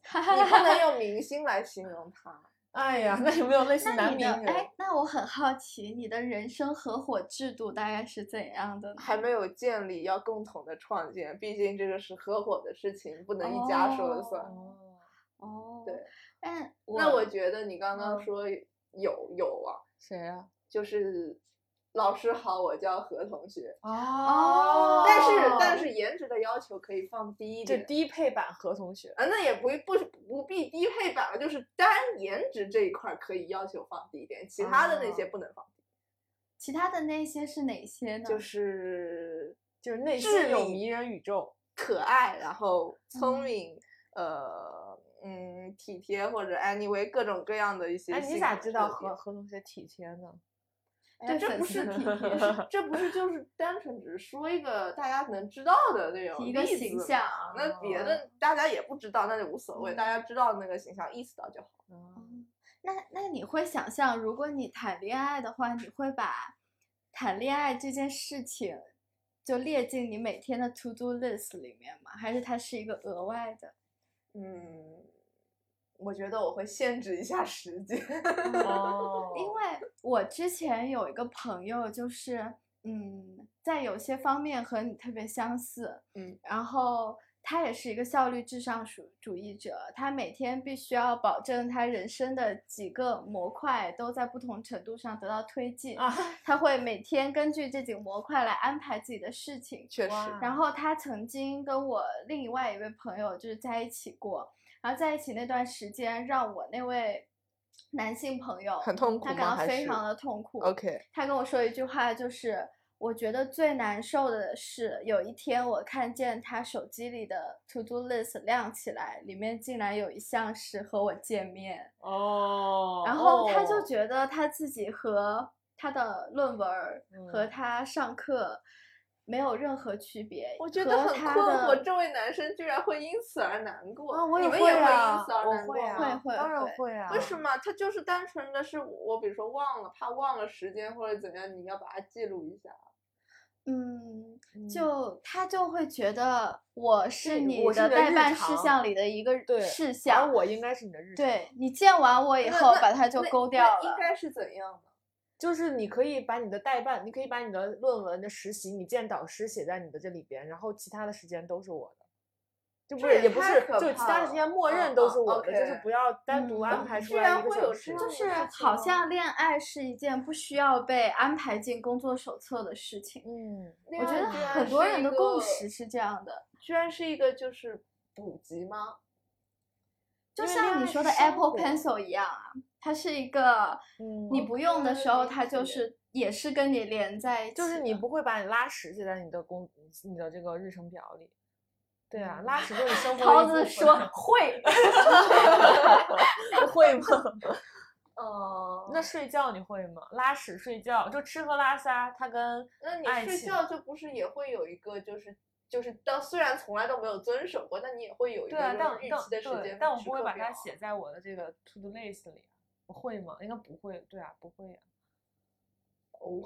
C: 你不能用明星来形容他。
A: 哎呀，那有没有类似
B: 那
A: 男啊
B: 你
A: 名
B: 的
A: 人？
B: 哎，那我很好奇，你的人生合伙制度大概是怎样的呢？
C: 还没有建立要共同的创建，毕竟这个是合伙的事情，不能一家说了算。
A: 哦，
B: 哦，
C: 对，
B: 但
C: 那我觉得你刚刚
A: 嗯
C: 说有有啊，
A: 谁啊？
C: 就是老师好，我叫何同学。
A: 哦
C: 但是
B: 哦
C: 但是颜值的要求可以放低一
A: 这
C: 点，
A: 低配版何同学，
C: 啊，那也不不是不必低配版了，就是单颜值这一块儿可以要求放低一点，其他的那些
A: 哦
C: 不能放低，
B: 其他的那些是哪些呢？
C: 就是
A: 就是内
C: 智
A: 心有
C: 力
A: 迷人宇宙。
C: 可爱，然后
A: 嗯
C: 聪明，呃，嗯，体贴或者 anyway 各种各样的一些。
A: 哎，你咋知道何？何同学体贴呢？
C: 哎呀
B: 对
C: 这
B: 粉
C: 不
B: 丝
C: 是体贴， 是这不是就是单纯只是说一个大家能知道的那种
B: 一个
C: 例
B: 形
C: 子
B: 象
C: 嘛那别
A: 哦
C: 的大家也不知道，那就无所谓，大家知道那个形象意识到就好。
A: 嗯哦
B: 嗯那那你会想象，如果你谈恋爱的话，你会把谈恋爱这件事情就列进你每天的 to do list 里面吗？还是它是一个额外的？
C: 嗯，我觉得我会限制一下时间。
A: 哦，
B: 因为我之前有一个朋友，就是嗯，在有些方面和你特别相似，
C: 嗯，
B: 然后他也是一个效率至上主主义者，他每天必须要保证他人生的几个模块都在不同程度上得到推进，
A: 啊，
B: 他会每天根据这几个模块来安排自己的事情。
C: 确实，
A: 哇
B: 然后他曾经跟我另外一位朋友就是在一起过，然后在一起那段时间让我那位男性朋友
C: 很痛苦
B: 他
C: 吗
B: 感到
C: 还
B: 非
C: 是嗯
B: 常的痛苦。
C: OK，
B: 他跟我说一句话，就是我觉得最难受的是，有一天我看见他手机里的 to do list 亮起来，里面竟然有一项是和我见面，
A: 哦，
B: 然后他
A: 哦
B: 就觉得他自己和他的论文儿和
A: 嗯
B: 他上课。没有任何区别，
C: 我觉得
B: 和
C: 很
B: 他
C: 困
B: 的哦
C: 惑，这位男生居然会因此而难过。
A: 啊，我也
C: 你们
A: 会
C: 也哦会因
A: 啊
C: 此，而
A: 我
C: 难过
A: 会啊，
C: 吗
B: 会会
A: 当然
B: 会
A: 会啊。
C: 为什？么？他就是单纯的是我，比如说忘了，怕忘了时间或者怎样，你要把它记录一下。
B: 嗯，
A: 嗯
B: 就他就会觉得我是
A: 对
B: 你
A: 我是
B: 的
A: 你的
B: 代
A: 日
B: 办事
A: 常
B: 项里的一个
A: 对
B: 事
A: 而
B: 项，
A: 我应该是你的日常，
B: 对你见完我以
C: 那
B: 后
C: 那
B: 把它就
C: 那
B: 勾
C: 那
B: 掉了
C: 应。该是怎样呢？
A: 就是你可以把你的代办，你可以把你的论文的实习，你见导师写在你的这里边，然后其他的时间都是我的，就不
C: 这
A: 是
C: 也
A: 也不
C: 太
A: 是，
C: 可
A: 就其
C: 怕
A: 他
C: 了
A: 时间默
C: 嗯
A: 认都
C: 嗯
A: 是我的，就是
C: ，OK
A: 不要单独
B: 嗯
A: 安排出
C: 居
A: 来
C: 然
A: 一个
C: 会
A: 小
C: 有
A: 时
C: 这样
B: 就
C: 的
B: 是
C: 事
B: 好
C: 情
B: 像恋爱是一件不需要被安排进工作手册的事情，
A: 嗯，
B: 我觉得
C: 另外
B: 很
C: 居然
B: 多
C: 是
B: 人
C: 一
B: 的共
C: 个
B: 识是这样的。
C: 居然是一个就是补给吗？
B: 就
A: 因为
B: 像
A: 恋
B: 你
A: 爱
B: 说
A: 是
B: 的
A: 生
B: Apple
A: 活
B: Pencil 一样啊，它是一个
A: 嗯
B: 你不用的时候，
C: OK，
B: 它就
C: 理解
B: 是也是跟你连在一起的，
A: 就是你不会把你拉屎写在你的工你的这个日程表里，对啊，拉屎
C: 嗯
A: 就是你生活
B: 桃
A: 的一
B: 子
A: 部
B: 说
A: 分
B: 会，
A: 会吗？
B: 呃
C: 哦
A: 那睡觉你会吗？拉屎睡觉就吃喝拉撒，它跟
C: 那你
A: 爱
C: 睡
A: 情
C: 觉就不是也会有一个就是就是当虽然从来都没有遵守过，但你也会有一
A: 对
C: 个
A: 啊，
C: 这
A: 但
C: 种
A: 我
C: 预
A: 但
C: 期的时
A: 对
C: 间，
A: 但我不会把它
C: 啊
A: 写。在我的这个 to do list 里，我会吗？应该不会，对啊，不会呀、
C: 哦，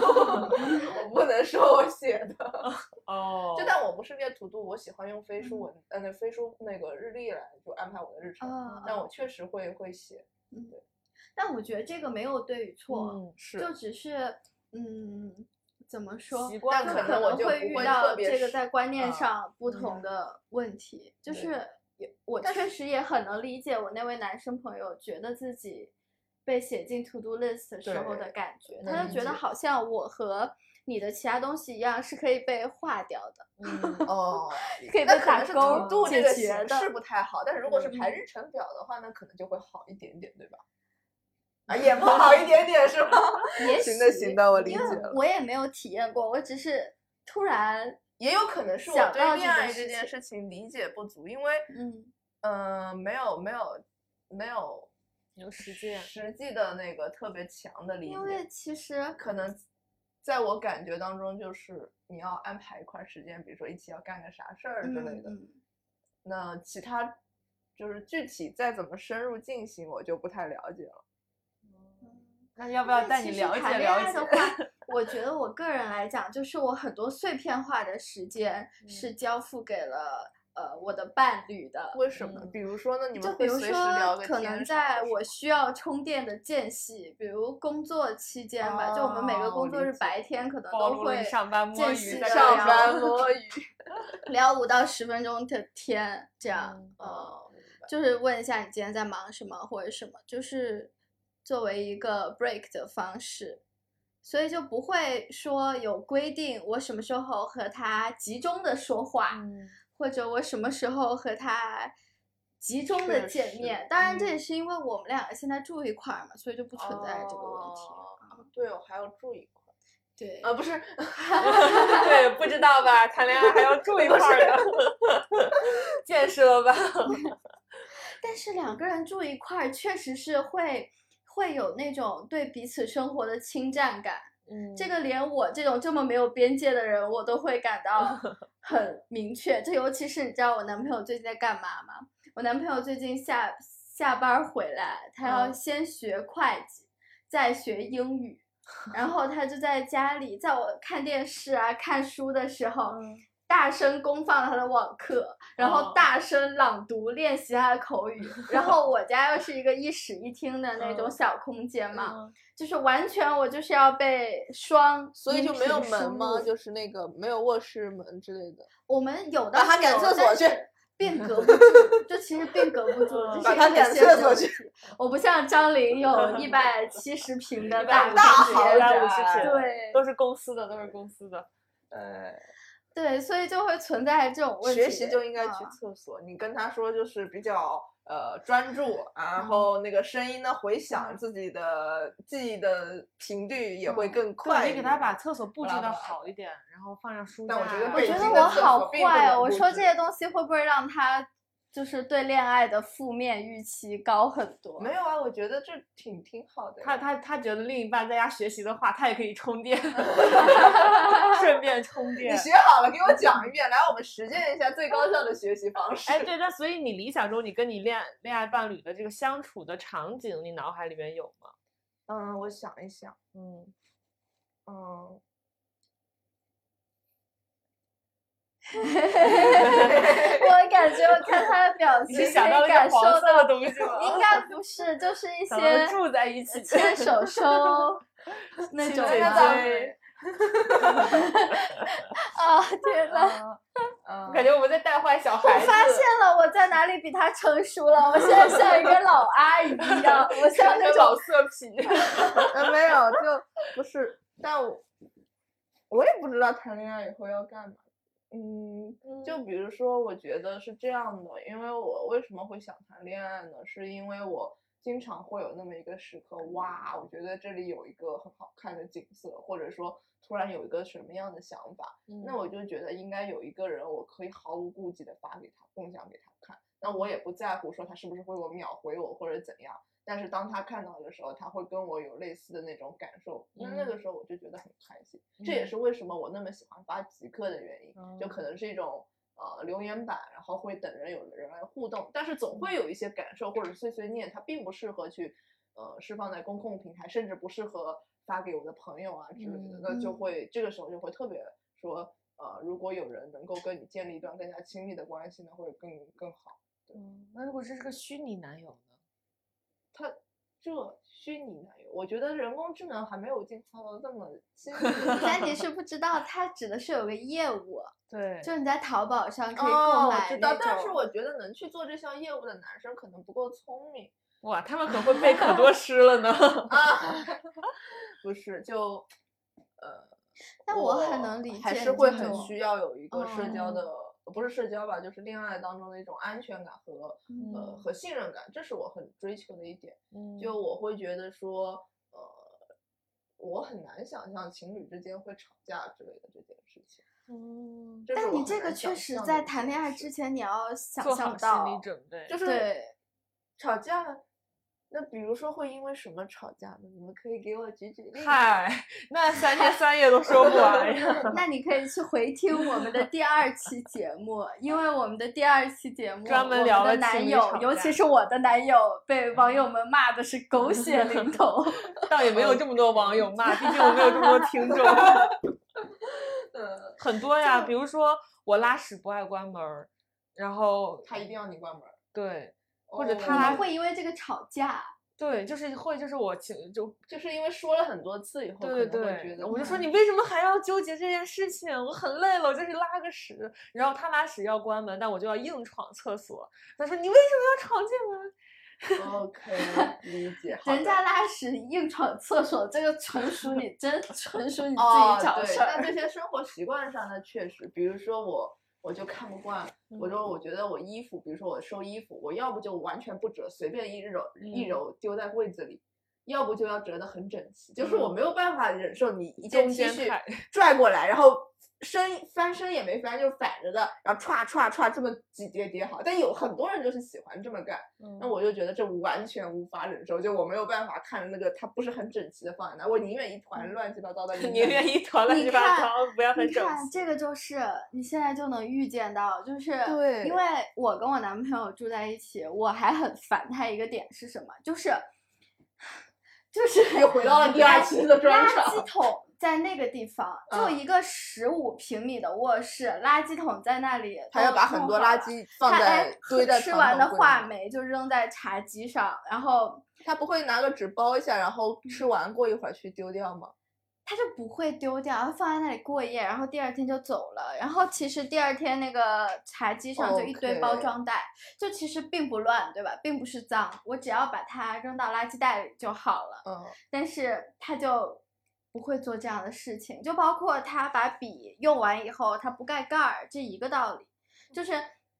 C: 我不能说我写的，
A: 哦
C: 就但我不是列图度，我喜欢用飞书文，呃，那飞书那个日历来就安排我的日程。
B: 啊
C: 但我确实会会写，
B: 但我觉得这个没有对与错，
A: 嗯
C: 是
B: 就只是嗯，怎么说？
A: 习
C: 但
A: 惯
B: 就
C: 可
A: 了
C: 能我就
B: 会
C: 不
B: 遇
C: 会
B: 到
C: 特别
B: 这个
C: 是
B: 在观念
A: 啊
B: 上不
A: 明
B: 同
A: 白
B: 的问题，就
C: 对
B: 是也我确实也很能理解我那位男生朋友觉得自己被写进 to do list 的时候的
C: 对
B: 感觉，
C: 能
B: 他
C: 理
B: 就觉得
C: 解
B: 好像我和你的其他东西一样是可以被划掉的，
A: 嗯
C: 哦，
B: 可以
C: 那
B: 被
C: 可
B: 打
C: 能是图
B: 勾
C: 度这
B: 解
C: 个
B: 决
C: 形
B: 的
C: 式。不太好，但是如果是排
B: 嗯
C: 日程表的话，那可能就会好一点点，对吧？啊，也不好一点点是吧？
B: 也许
C: 行的行的我理
B: 因为
C: 解了
B: 我也没有体验过，我只是突然
C: 也有可能是我
B: 想
C: 对
B: 到这
C: 恋
B: 件
C: 爱
B: 事
C: 这件
B: 情
C: 事情理解不足，因为
B: 嗯
C: 嗯、呃，没有没有没有
A: 有实践，
C: 实际的那个特别强的理
B: 因为
C: 解，
B: 其实
C: 可能在我感觉当中，就是你要安排一块时间，比如说一起要干个啥事儿之类的。
B: 嗯嗯
C: 那其他就是具体再怎么深入进行，我就不太了解了。
A: 那要不
B: 因
A: 要
B: 为
A: 带
B: 其
A: 你
B: 实
A: 了解
B: 谈恋
A: 了
B: 爱的
A: 解？
B: 话，我觉得我个人来讲，就是我很多碎片化的时间
A: 嗯
B: 是交付给了、呃我的伴侣的。
C: 为什么？
A: 嗯
C: 比如说呢？你
B: 就
C: 们
B: 比
C: 会
B: 如
C: 随时聊
B: 说，
C: 个
B: 可能
C: 天啥的
B: 在
C: 是
B: 我
C: 吗
B: 需要充电的间隙，比如工作期间吧，就我们每个
C: 哦
B: 工
C: 我
B: 作
C: 理
B: 日
C: 解
B: 白天可能
A: 暴
B: 都
A: 露了
B: 会
A: 你上班摸
B: 间
A: 鱼
B: 隙
A: 在
B: 地
A: 上
B: 聊
A: 班
C: 摸鱼，
B: 聊五到十分钟的天，这 样，
A: 嗯
B: 呃，
C: 哦，明白
B: 就是问一下你今天在忙什么或者什么，就是作为一个 break 的方式，所以就不会说有规定我什么时候和他集中的说话，
A: 嗯
B: 或者我什么时候和他集中的
C: 确
B: 见
C: 实
B: 面。当然，这
A: 嗯
B: 也是因为我们两个现在住一块儿嘛，所以就不存在这个问题。
C: 哦
B: 啊
C: 对哦，还要注意一块儿
B: 对，
C: 啊，不是，
A: 对，不知道吧？谈恋爱还要住一块儿 的，见识了吧？
B: 但是两个人住一块儿，确实是会会有那种对彼此生活的侵占感。
A: 嗯
B: 这个连我这种这么没有边界的人，我都会感 到很明确。这尤其是你知道我男朋友最近在干嘛吗？我男朋友最近下下班儿回来，他要
A: 嗯
B: 先学会计，再学 英语，然后他就在家里，在我看电视啊、看书的时候，大声公放他的网课，然
A: 嗯哦
B: 后大声朗读练习他的口语。然后我家又是一个一室一厅的那种
A: 嗯
B: 小空间嘛，
A: 嗯
B: 就是完全我就是要被双，
C: 所以就没有门吗？
B: 就
C: 就是那个没有卧室门之类的，
B: 我们有的
C: 把他
B: 是
C: 赶
B: 有
C: 厕所
B: 但
C: 去嗯
B: 是 并 隔不住，就其实并隔不住，这
C: 把
B: 是一
C: 他
B: 个
C: 赶
B: 现
C: 厕
B: 实
C: 所
B: 问
C: 去
B: 题。我不像张琳 有一百七十平的大
C: 大
B: 空
C: 豪
B: 间
C: 宅
A: 150平
B: 对
A: 都是公司的，都是公司的。
C: 呃，
B: 对，所以就会存在这种问题。
C: 学习就应该去
B: 嗯
C: 厕所。你跟他说就是比较呃专注，然后那个声音呢回响，自己的记忆的频率也会
A: 嗯
C: 更
A: 对，
C: 快。
A: 你给他把。厕所布置
C: 巴拉
A: 的
C: 巴拉
A: 好一点，然后放上书架
C: 但
A: 啊。
C: 我觉得
B: 我
C: 北
B: 觉得
C: 京
B: 我
C: 的厕所
B: 好
C: 并不
B: 坏
C: 能
B: 哦！我
C: 布
B: 说
C: 置
B: 这些东西会不会让他就是对恋爱的负面预期高很多？
C: 没有啊，我觉得这挺挺好的呀。
A: 他他他觉得另一半在家学习的话，他也可以充电，顺便充电
C: 你。学好了，给我讲一遍，来，我们实践一下最高效的学习方式。
A: 哎，对，那所以你理想中你跟你恋恋爱伴侣的这个相处的场景，你脑海里面有吗？
C: 嗯，我想一想，
A: 嗯，
C: 嗯，
B: 我感觉我看他的表
A: 你
B: 情，可
A: 是
B: 以
A: 想到了一个
B: 感受
A: 黄色
B: 到
A: 的东西吗？
C: 哦
B: 应该不是，就是一
A: 想到了
B: 些
A: 住在一起，
B: 牵 手手那
A: 亲
B: 种
A: 嘴
B: 吗
C: 咱
A: 嘴
C: 们
B: 啊！天呐，
C: 嗯，
A: 感觉我们在带坏小
B: 我
A: 孩子。
B: 发现了我在哪里比他成熟了，我现在像一个 老阿姨一样，我像那种
A: 老色批，
C: 呃，没有，就不是，但我我也不知道谈恋爱以后要干嘛。嗯，就比如说，我觉得是这样的，因为我为什么会想谈恋爱呢？是因为我经常会有那么一个时刻，哇，我觉得这里有一个很好看的景色，或者说突然有一个什么样的想法，
A: 嗯
C: 那我就觉得应该有一个人，我可以毫无顾忌的发给他，共享给他看。那我也不在乎说他是不是会我秒回我或者怎样，但是当他看到的时候，他会跟我有类似的那种感受，那那
A: 嗯
C: 个时候我就觉得很开心。这也
A: 嗯哦
C: 是为什么我那么喜欢发极客的原因，就可能是一种呃留言板，然后会等人有人来互动，但是
B: 嗯
C: 总会有一些感受或者碎碎念，它并不适合去呃释放在公共平台，甚至不适合发给我的朋友啊之类的，那就
B: 嗯。
C: 会这个时候就会特别说。呃，如果有人能够跟你建立一段更加亲密的关系呢，会更更好。
A: 那如果这是个虚拟男友呢？
C: 他这虚拟男友，我觉得人工智能还没有进化到那么先进
B: 但你是不知道，它指的是有个业务，
A: 对
B: 就是你在淘宝上可以
C: 哦，
B: 购
C: 我
B: 买
C: 知
B: 那
C: 道，但是
B: 种
C: 我觉得能去做这项业务的男生可能不够聪明
A: 哇，他们可会背可多诗了呢。
C: 啊， 不是就，呃，
B: 但我
C: 我
B: 很能理
C: 还
B: 解
C: 是
B: 你
C: 会
B: 这
C: 很
B: 种嗯
C: 需要有一个社交
A: 哦
C: 的，不是社交吧，就是恋爱当中的一种安全感和、呃
A: 嗯
C: 和信任感，这是我很追求的一点。
A: 嗯
C: 就我会觉得说，呃，我很难想象情侣之间会吵架之类的这件事情。
A: 嗯
C: 这是
B: 但
C: 我
B: 你
C: 很
B: 这
C: 难
B: 个确
C: 想
B: 实
C: 象的
B: 在
C: 一
B: 谈
C: 件
B: 恋爱
C: 事
B: 之前，你要想
A: 做
B: 象
A: 好
B: 到
A: 心理准备。
C: 就是
B: 对，
C: 吵架，那比如说会因为什么吵架呢？你们可以给我举举例吗。
A: 嗨，那三天三夜都说不完 呀。
B: 那你可以去回听我们的第二期节目，因为我们的第二期节目
A: 专门
B: 我们
A: 聊了
B: 的
A: 情
B: 男
A: 侣
B: 友
A: 吵，
B: 尤
A: 架嗯
B: 其是我的男友被网友们骂的是狗血 淋 头。
A: 倒也没有这么多网友骂，毕竟我们有这么 多听众，
C: 嗯，
A: 很多呀。比如说我拉屎不爱关门儿，然后
C: 他一定要你关门儿，
A: 对或者
C: 哦
B: 我
A: 他
B: 们
A: 拉
B: 会因为这个吵架，
A: 对，就是会就是我情就
C: 就是因为说了很多次以后，
A: 对对
C: 可能会觉
A: 对，
C: 得
A: 我就说
C: 嗯
A: 你为什么还要纠结这件事情？我很累了，我就是拉个屎。然后他拉屎要关门，但我就要硬闯厕所。他说你为什么要闯进来？
C: 嗯 OK 哦 理解。好
B: 人
C: 的
B: 家拉屎硬闯厕所，这个纯属你真纯属你自
C: 哦，
B: 己找
C: 对
B: 事
C: 那
B: 儿。
C: 这些生活习惯上呢，确实，比如说我，我就看不惯，我
A: 嗯
C: 说我觉得我衣服，比如说我收衣服，我要不就完全不折，随便一揉一
A: 嗯
C: 揉丢在柜子里。要不就要折得很整齐，就是我
A: 嗯
C: 没有办法忍受你一件
A: 中
C: T
A: 间
C: 恤
A: 派
C: 拽过来，然后伸翻身也没翻，就是反着的，然后歘歘歘这么几叠叠好。但有很多人就是喜欢这么干，那我就觉得这完全无法忍受，就我没有办法看着那个它不是很整齐的放在那，我宁愿一团乱七八糟的，
A: 宁愿一团乱
B: 你
A: 七八
B: 看
A: 糟，不要 很
B: 你
A: 整
B: 看，
A: 齐。
B: 这个就是你现在就能预见到，就是
C: 对
B: 因为我跟我男朋友住在一起，我还很烦他一个点 是什么？就是，就是
C: 又回到了第二期的专
B: 垃
C: 场
B: 圾桶在那个地方，就
C: 嗯
B: 一个十五平米的卧室，垃圾桶在那里都弄好了，
C: 他要把很多垃圾放
B: 他
C: 在
B: 哎
C: 堆在
B: 吃
C: 床
B: 完
C: 头
B: 的
C: 柜
B: 话
C: 里
B: 梅就扔在茶几上，然后
C: 他不会拿个纸包一下，然后吃完过一会儿去丢掉吗？
B: 他就不会丢掉，他放在那里过夜，然后第二天就走了。然后其实第二天那个茶几上就一堆包
C: OK
B: 装袋就其实并不乱，对吧？并不是脏，我只要把它扔到垃圾袋里就好了。
C: 嗯，
B: 但是他就不会做这样的事情，就包括他把笔用完以后，他不盖盖儿，这一个道理，就是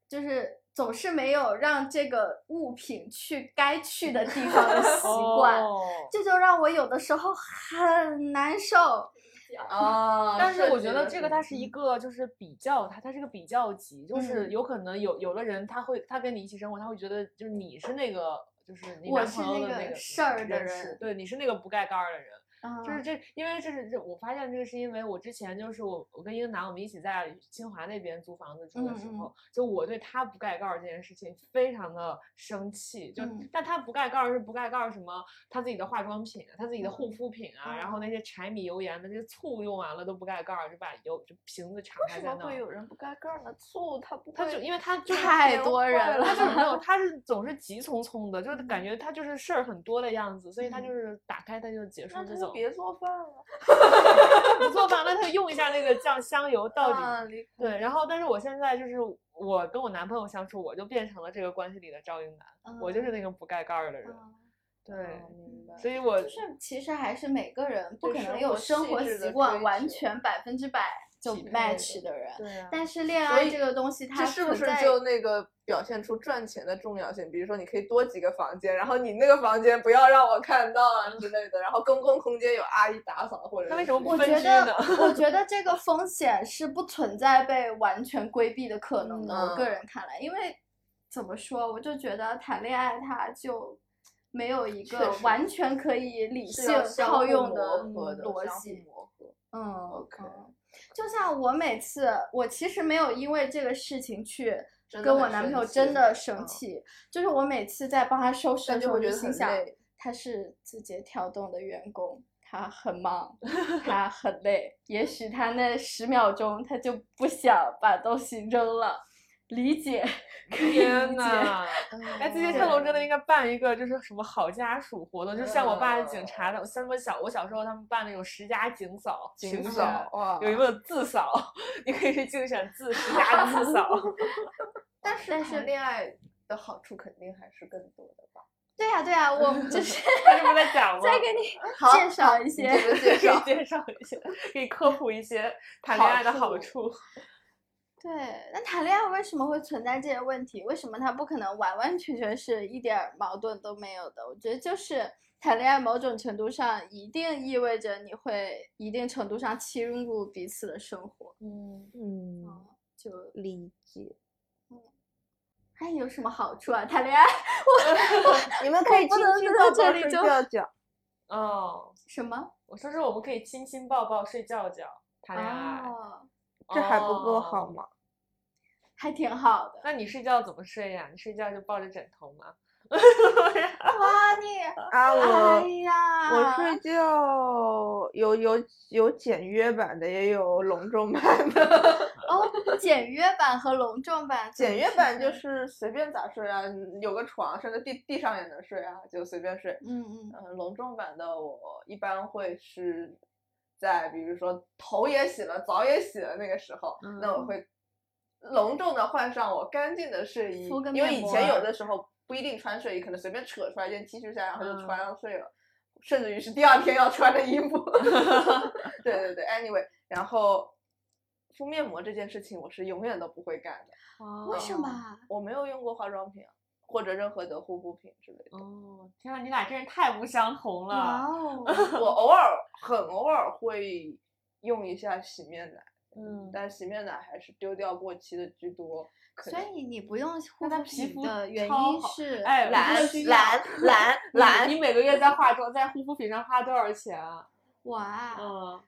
B: 就是总是没有让这个物品去该去的地方的习惯。
A: 哦
B: 这就让我有的时候很难受。哦
C: 啊
A: 但是我觉得这个它是一个就是比较，它它是个比较级，就是
B: 嗯
A: 有可能有有的人他会他跟你一起生活，他会觉得就是你是那个就是你
B: 我
A: 男
B: 是
A: 朋友的
B: 那个
A: 那个
B: 事儿的
A: 人士
B: 人
A: 对，你是那个不盖盖儿的人。
B: 嗯
A: 就是这，因为这是这，我发现这个是因为我之前就是我我跟英男我们一起在清华那边租房子住的时
B: 嗯嗯
A: 候，就我对他不盖盖儿这件事情非常的生气。就、
B: 嗯
A: 但他不盖盖儿是不盖盖儿什么他自己的化妆品、啊他自己的护
B: 嗯
A: 肤品啊，然后那些柴米油盐的这些醋用完了都不盖盖儿，就把油就瓶子敞
C: 为
A: 开
C: 什
A: 在
C: 么
A: 那
C: 会
A: 儿。
C: 有人不盖盖儿呢？醋它不
A: 他
C: 会
A: 就因为他就是
B: 太
A: 闲
B: 多
A: 坏
B: 人
A: 了，他就是没有，
B: 了
A: 他是总是急匆匆的，就是感觉他就是事儿很多的样子，所以他就
B: 嗯
A: 是打开他就结束
C: 那
A: 这
C: 他就
A: 种。
C: 别做饭了。
A: 不做饭，那他用一下那个酱香油到底。
B: 嗯
C: 啊离
A: 对，然后但是我现在就是我跟我男朋友相处，我就变成了这个关系里的赵英男，我就是那个不盖盖儿的人。
B: 嗯
A: 对，
C: 明白
A: 所以我
B: 就是其实还是每个人不
C: 对
B: 可
C: 生
B: 能有
C: 活
B: 生
C: 细
B: 活
C: 致
B: 习
C: 的
B: 惯
C: 追
B: 完
C: 求
B: 全百分之百就
A: 匹配
B: match
A: 的
B: 的人，
A: 对啊，
B: 但是恋
C: 所
B: 爱
C: 以
B: 这个东西它
C: 这是不
B: 存
C: 是
B: 在
C: 就那个表现出赚钱的重要性？比如说，你可以多几个房间，然后你那个房间不要让我看到啊之类的，然后公共空间有阿姨打扫或者
A: 那为什么
B: 我
A: 不分
B: 觉
A: 居
B: 得
A: 呢？，
B: 我觉得这 个风险是不存在被完全规避的可能的。我个
C: 嗯
B: 人看来，因为怎么说，我就觉得谈恋爱它就没有一
C: 确
B: 个
C: 实
B: 完全可以理
C: 是
B: 性
C: 要相
B: 套
C: 互
B: 用嗯
C: 磨合的
B: 逻
C: 相互
B: 辑。
C: 磨合
B: 嗯
C: OK
B: 嗯就像我每次，我其实没有因为这个事情去
C: 真的
B: 跟
C: 很
B: 我男朋
C: 生
B: 友
C: 气
B: 真的生
C: 嗯
B: 气，就是我每次在帮他收拾
C: 但
B: 的时
C: 就
B: 候，
C: 会
B: 我
C: 觉
B: 就
C: 得
B: 心
C: 很
B: 想，
C: 累。
B: 他是字节跳动的员工，他很 忙，他很累，也许他那十秒钟他就不想把东西扔了，理解，可以理
A: 天
B: 解。嗯
A: 呐，哎，字节跳动真的应该办一个，就是什么好家属活动，就像我爸是
B: 嗯
A: 警察的，像我小我小时候他们办那种十佳警扫，
C: 警
A: 群
C: 扫
A: 选
C: 哇，
A: 有一
B: 啊
A: 个自扫， 你可以去竞选自十 佳自扫。
C: 但是
B: 但
C: 谈
B: 是嗯
C: 恋爱的好处肯定还是更多的吧？
B: 对呀、对呀、 我们就是
A: 他这不在讲吗？
B: 再给你
C: 好
B: 介绍一
C: 你
B: 些。
C: 这个介
A: 可以
C: 绍
A: 介绍一些，给 你科普一些谈恋爱的好处。
B: 对，那谈恋爱为什么会存在这些问题？为什么它不可能完完全全是一点儿矛盾都没有的？我觉得就是谈恋爱某种程度上一定意味着你会一定程度上侵入彼此的生活，
A: 嗯，
E: 嗯，
B: 就
E: 理解。
B: 哎有什么好处啊？谈恋爱 我我
E: 你们可以
B: 不
E: 亲
B: 能
E: 亲
B: 在
E: 抱
B: 这
E: 抱
B: 里
E: 睡
B: 就
E: 觉觉。
A: 哦，
B: 什么？
A: 我说是我们可以亲亲抱抱睡觉觉谈恋爱，
B: 哦，
E: 这还不够好
A: 哦？
E: 吗？
B: 还挺好的。
A: 那你睡觉怎么睡呀？你睡觉就抱着枕头吗？
B: 哇 你，
E: 啊，
C: 呃
E: 我
B: 哎呀，
E: 我睡觉有有有简约版的，也有隆重版的。
B: 哦，简约版和隆重版怎 么
C: 简约
B: 区
C: 版就
B: 分
C: 是随便咋睡啊，有个床，甚至地地上也能睡啊，就随便睡。
B: 嗯嗯。
C: 嗯，隆重版的我一般会是在比如说头也洗了、澡也洗了那个时候，那我
A: 嗯
C: 会隆重的换上我干净的睡衣
B: 敷个，
C: 因为
B: 面
C: 以前
B: 膜
C: 有的时候不一定穿睡衣，可能随便扯出来一件 T 恤衫，然后就
B: 嗯
C: 穿上睡了。甚至于是第二天要穿的衣服， 对对对，anyway，然后敷面膜这件事情我是永远都不会干的，
B: 为什
A: 哦？
B: 么啊？
C: 我没有用过化妆品啊，或者任何的护肤品之类的。
A: 哦，天呐，你俩真是太不相同
B: 哇
A: 了。
B: 哦！
C: 我偶尔很偶尔会用一下洗面奶，
A: 嗯，
C: 但洗面奶还是丢掉过期的居多。可
B: 所
C: 能
B: 以你不用护
A: 嗯那它
B: 肤
A: 皮
B: 品
A: 肤
B: 的原
A: 超
B: 因
A: 好
B: 是
A: 哎，
C: 懒
A: 不需要
C: 懒懒
A: 你
C: 懒
A: 你每个月在化妆，在护肤品上花多少钱啊？
B: 我啊，
A: 嗯，
B: 我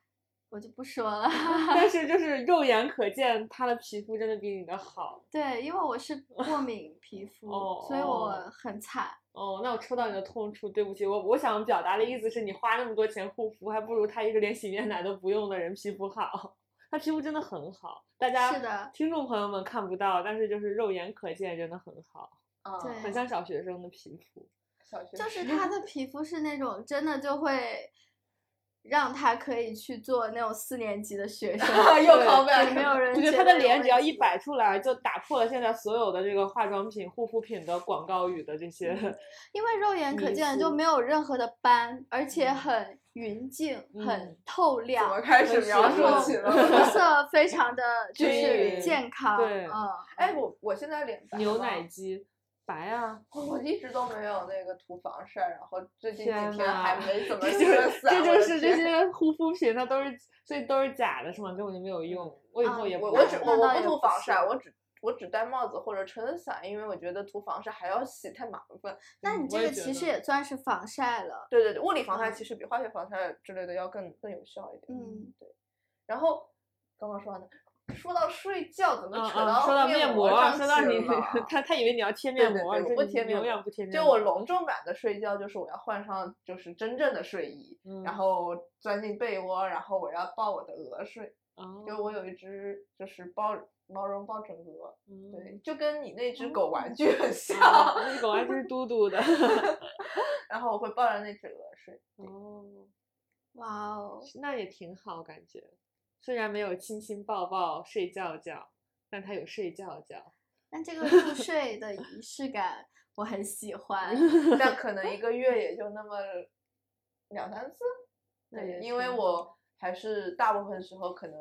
B: 我就不 说了。
A: 但是就是肉眼可见，他的皮肤真的比你的好。
B: 对，因为 我是过敏皮肤，
A: 哦
B: 所以我
A: 哦
B: 很惨。
A: 哦，那我戳到你的痛处，对不起，我我想表达的意思是你花那么多钱护肤，还不如他一个连洗面奶都不用的人皮肤好。 他皮肤真的很好，大家
B: 是的
A: 听众朋友们看不到，但是就是肉眼可见，真的很好，
C: 嗯
B: 对
A: 很像小学生的皮肤。
C: 小
A: 哦
C: 学
B: 就是 他的皮肤是那种真的就会让他可以去做那种四年级 的学生，
C: 又
B: 对
C: callback
B: 对没有人
A: 就
B: 觉
A: 是
B: 得
A: 他的
B: 有
A: 脸只要
B: 问
A: 一
B: 题
A: 摆出来，就打破了现在所有的这个化妆品、护肤品的广告语的这些。
C: 嗯
B: 因为肉眼可
A: 迷
B: 见就
A: 思
B: 没有任何的斑，而且很匀净、
A: 嗯
B: 很透
C: 怎么
B: 亮，
C: 开始描
B: 然
C: 述
B: 后
C: 起
B: 肤
C: 了？
B: 色非常的就
A: 均
B: 是
A: 匀
B: 健康，
A: 对
B: 嗯，
C: 哎，我我现在脸白
A: 牛
C: 吗
A: 奶肌白啊，
C: 我我一直都没有那个涂防晒，然后最近
A: 天
C: 几天
A: 呐
C: 还没怎么
A: 这
C: 遮
A: 就是
C: 伞
A: 这
C: 啊我
A: 就
C: 的
A: 是这
C: 天
A: 些护肤品，它都是所以都是假的，是吗？根本就没有用。我以
B: 啊
A: 后也
C: 嗯我
A: 不
C: 我
A: 戴
C: 只
A: 了
C: 我
B: 那
C: 我
B: 倒
C: 不
B: 也
C: 涂
B: 不
C: 防晒，
B: 是
C: 我只我只戴帽子或者撑伞，因为我觉得涂防晒还要洗，太麻烦。
B: 那
A: 嗯
B: 你
A: 我
B: 这
A: 也
B: 个
A: 觉
B: 其
A: 得
B: 实也算是防晒了，
C: 对对对，物理防晒
B: 嗯
C: 其实比化学防晒之类的要更更有效一点。
B: 嗯，
C: 对。然后刚刚说完的，说到睡觉，怎
A: 嗯
C: 么扯
A: 嗯，说到面
C: 膜
A: 膜
C: 上
A: 啊，
C: 去
A: 说到你
C: 了
A: 他他以为你要贴
C: 对
A: 面
C: 对
A: 膜，
C: 对
A: 你
C: 我
A: 说
C: 不
A: 你
C: 贴面
A: 永远
C: 膜
A: 不贴面
C: 就
A: 膜
C: 我隆重版的睡觉，就是我要换上就是真正的睡衣，
A: 嗯
C: 然后钻进被窝，然后我要抱我的鹅睡。
A: 哦
C: 就我有一只就是包毛绒抱枕鹅，
A: 嗯
C: 对，就跟你那只狗玩具很像。
A: 啊那个狗还是嘟嘟 的。
C: 然后我会抱着那只鹅睡。
A: 哦，
B: 哇 哦，
A: 那也挺好，感觉虽然没有亲亲抱抱、睡觉觉，但它有睡觉 觉。
B: 那这个入睡的仪式感我很 喜欢，
C: 但可能一个月也就那么两三次。
A: 那
C: 对，
A: 也
C: 因为
A: 挺
C: 我还是大部分时候可能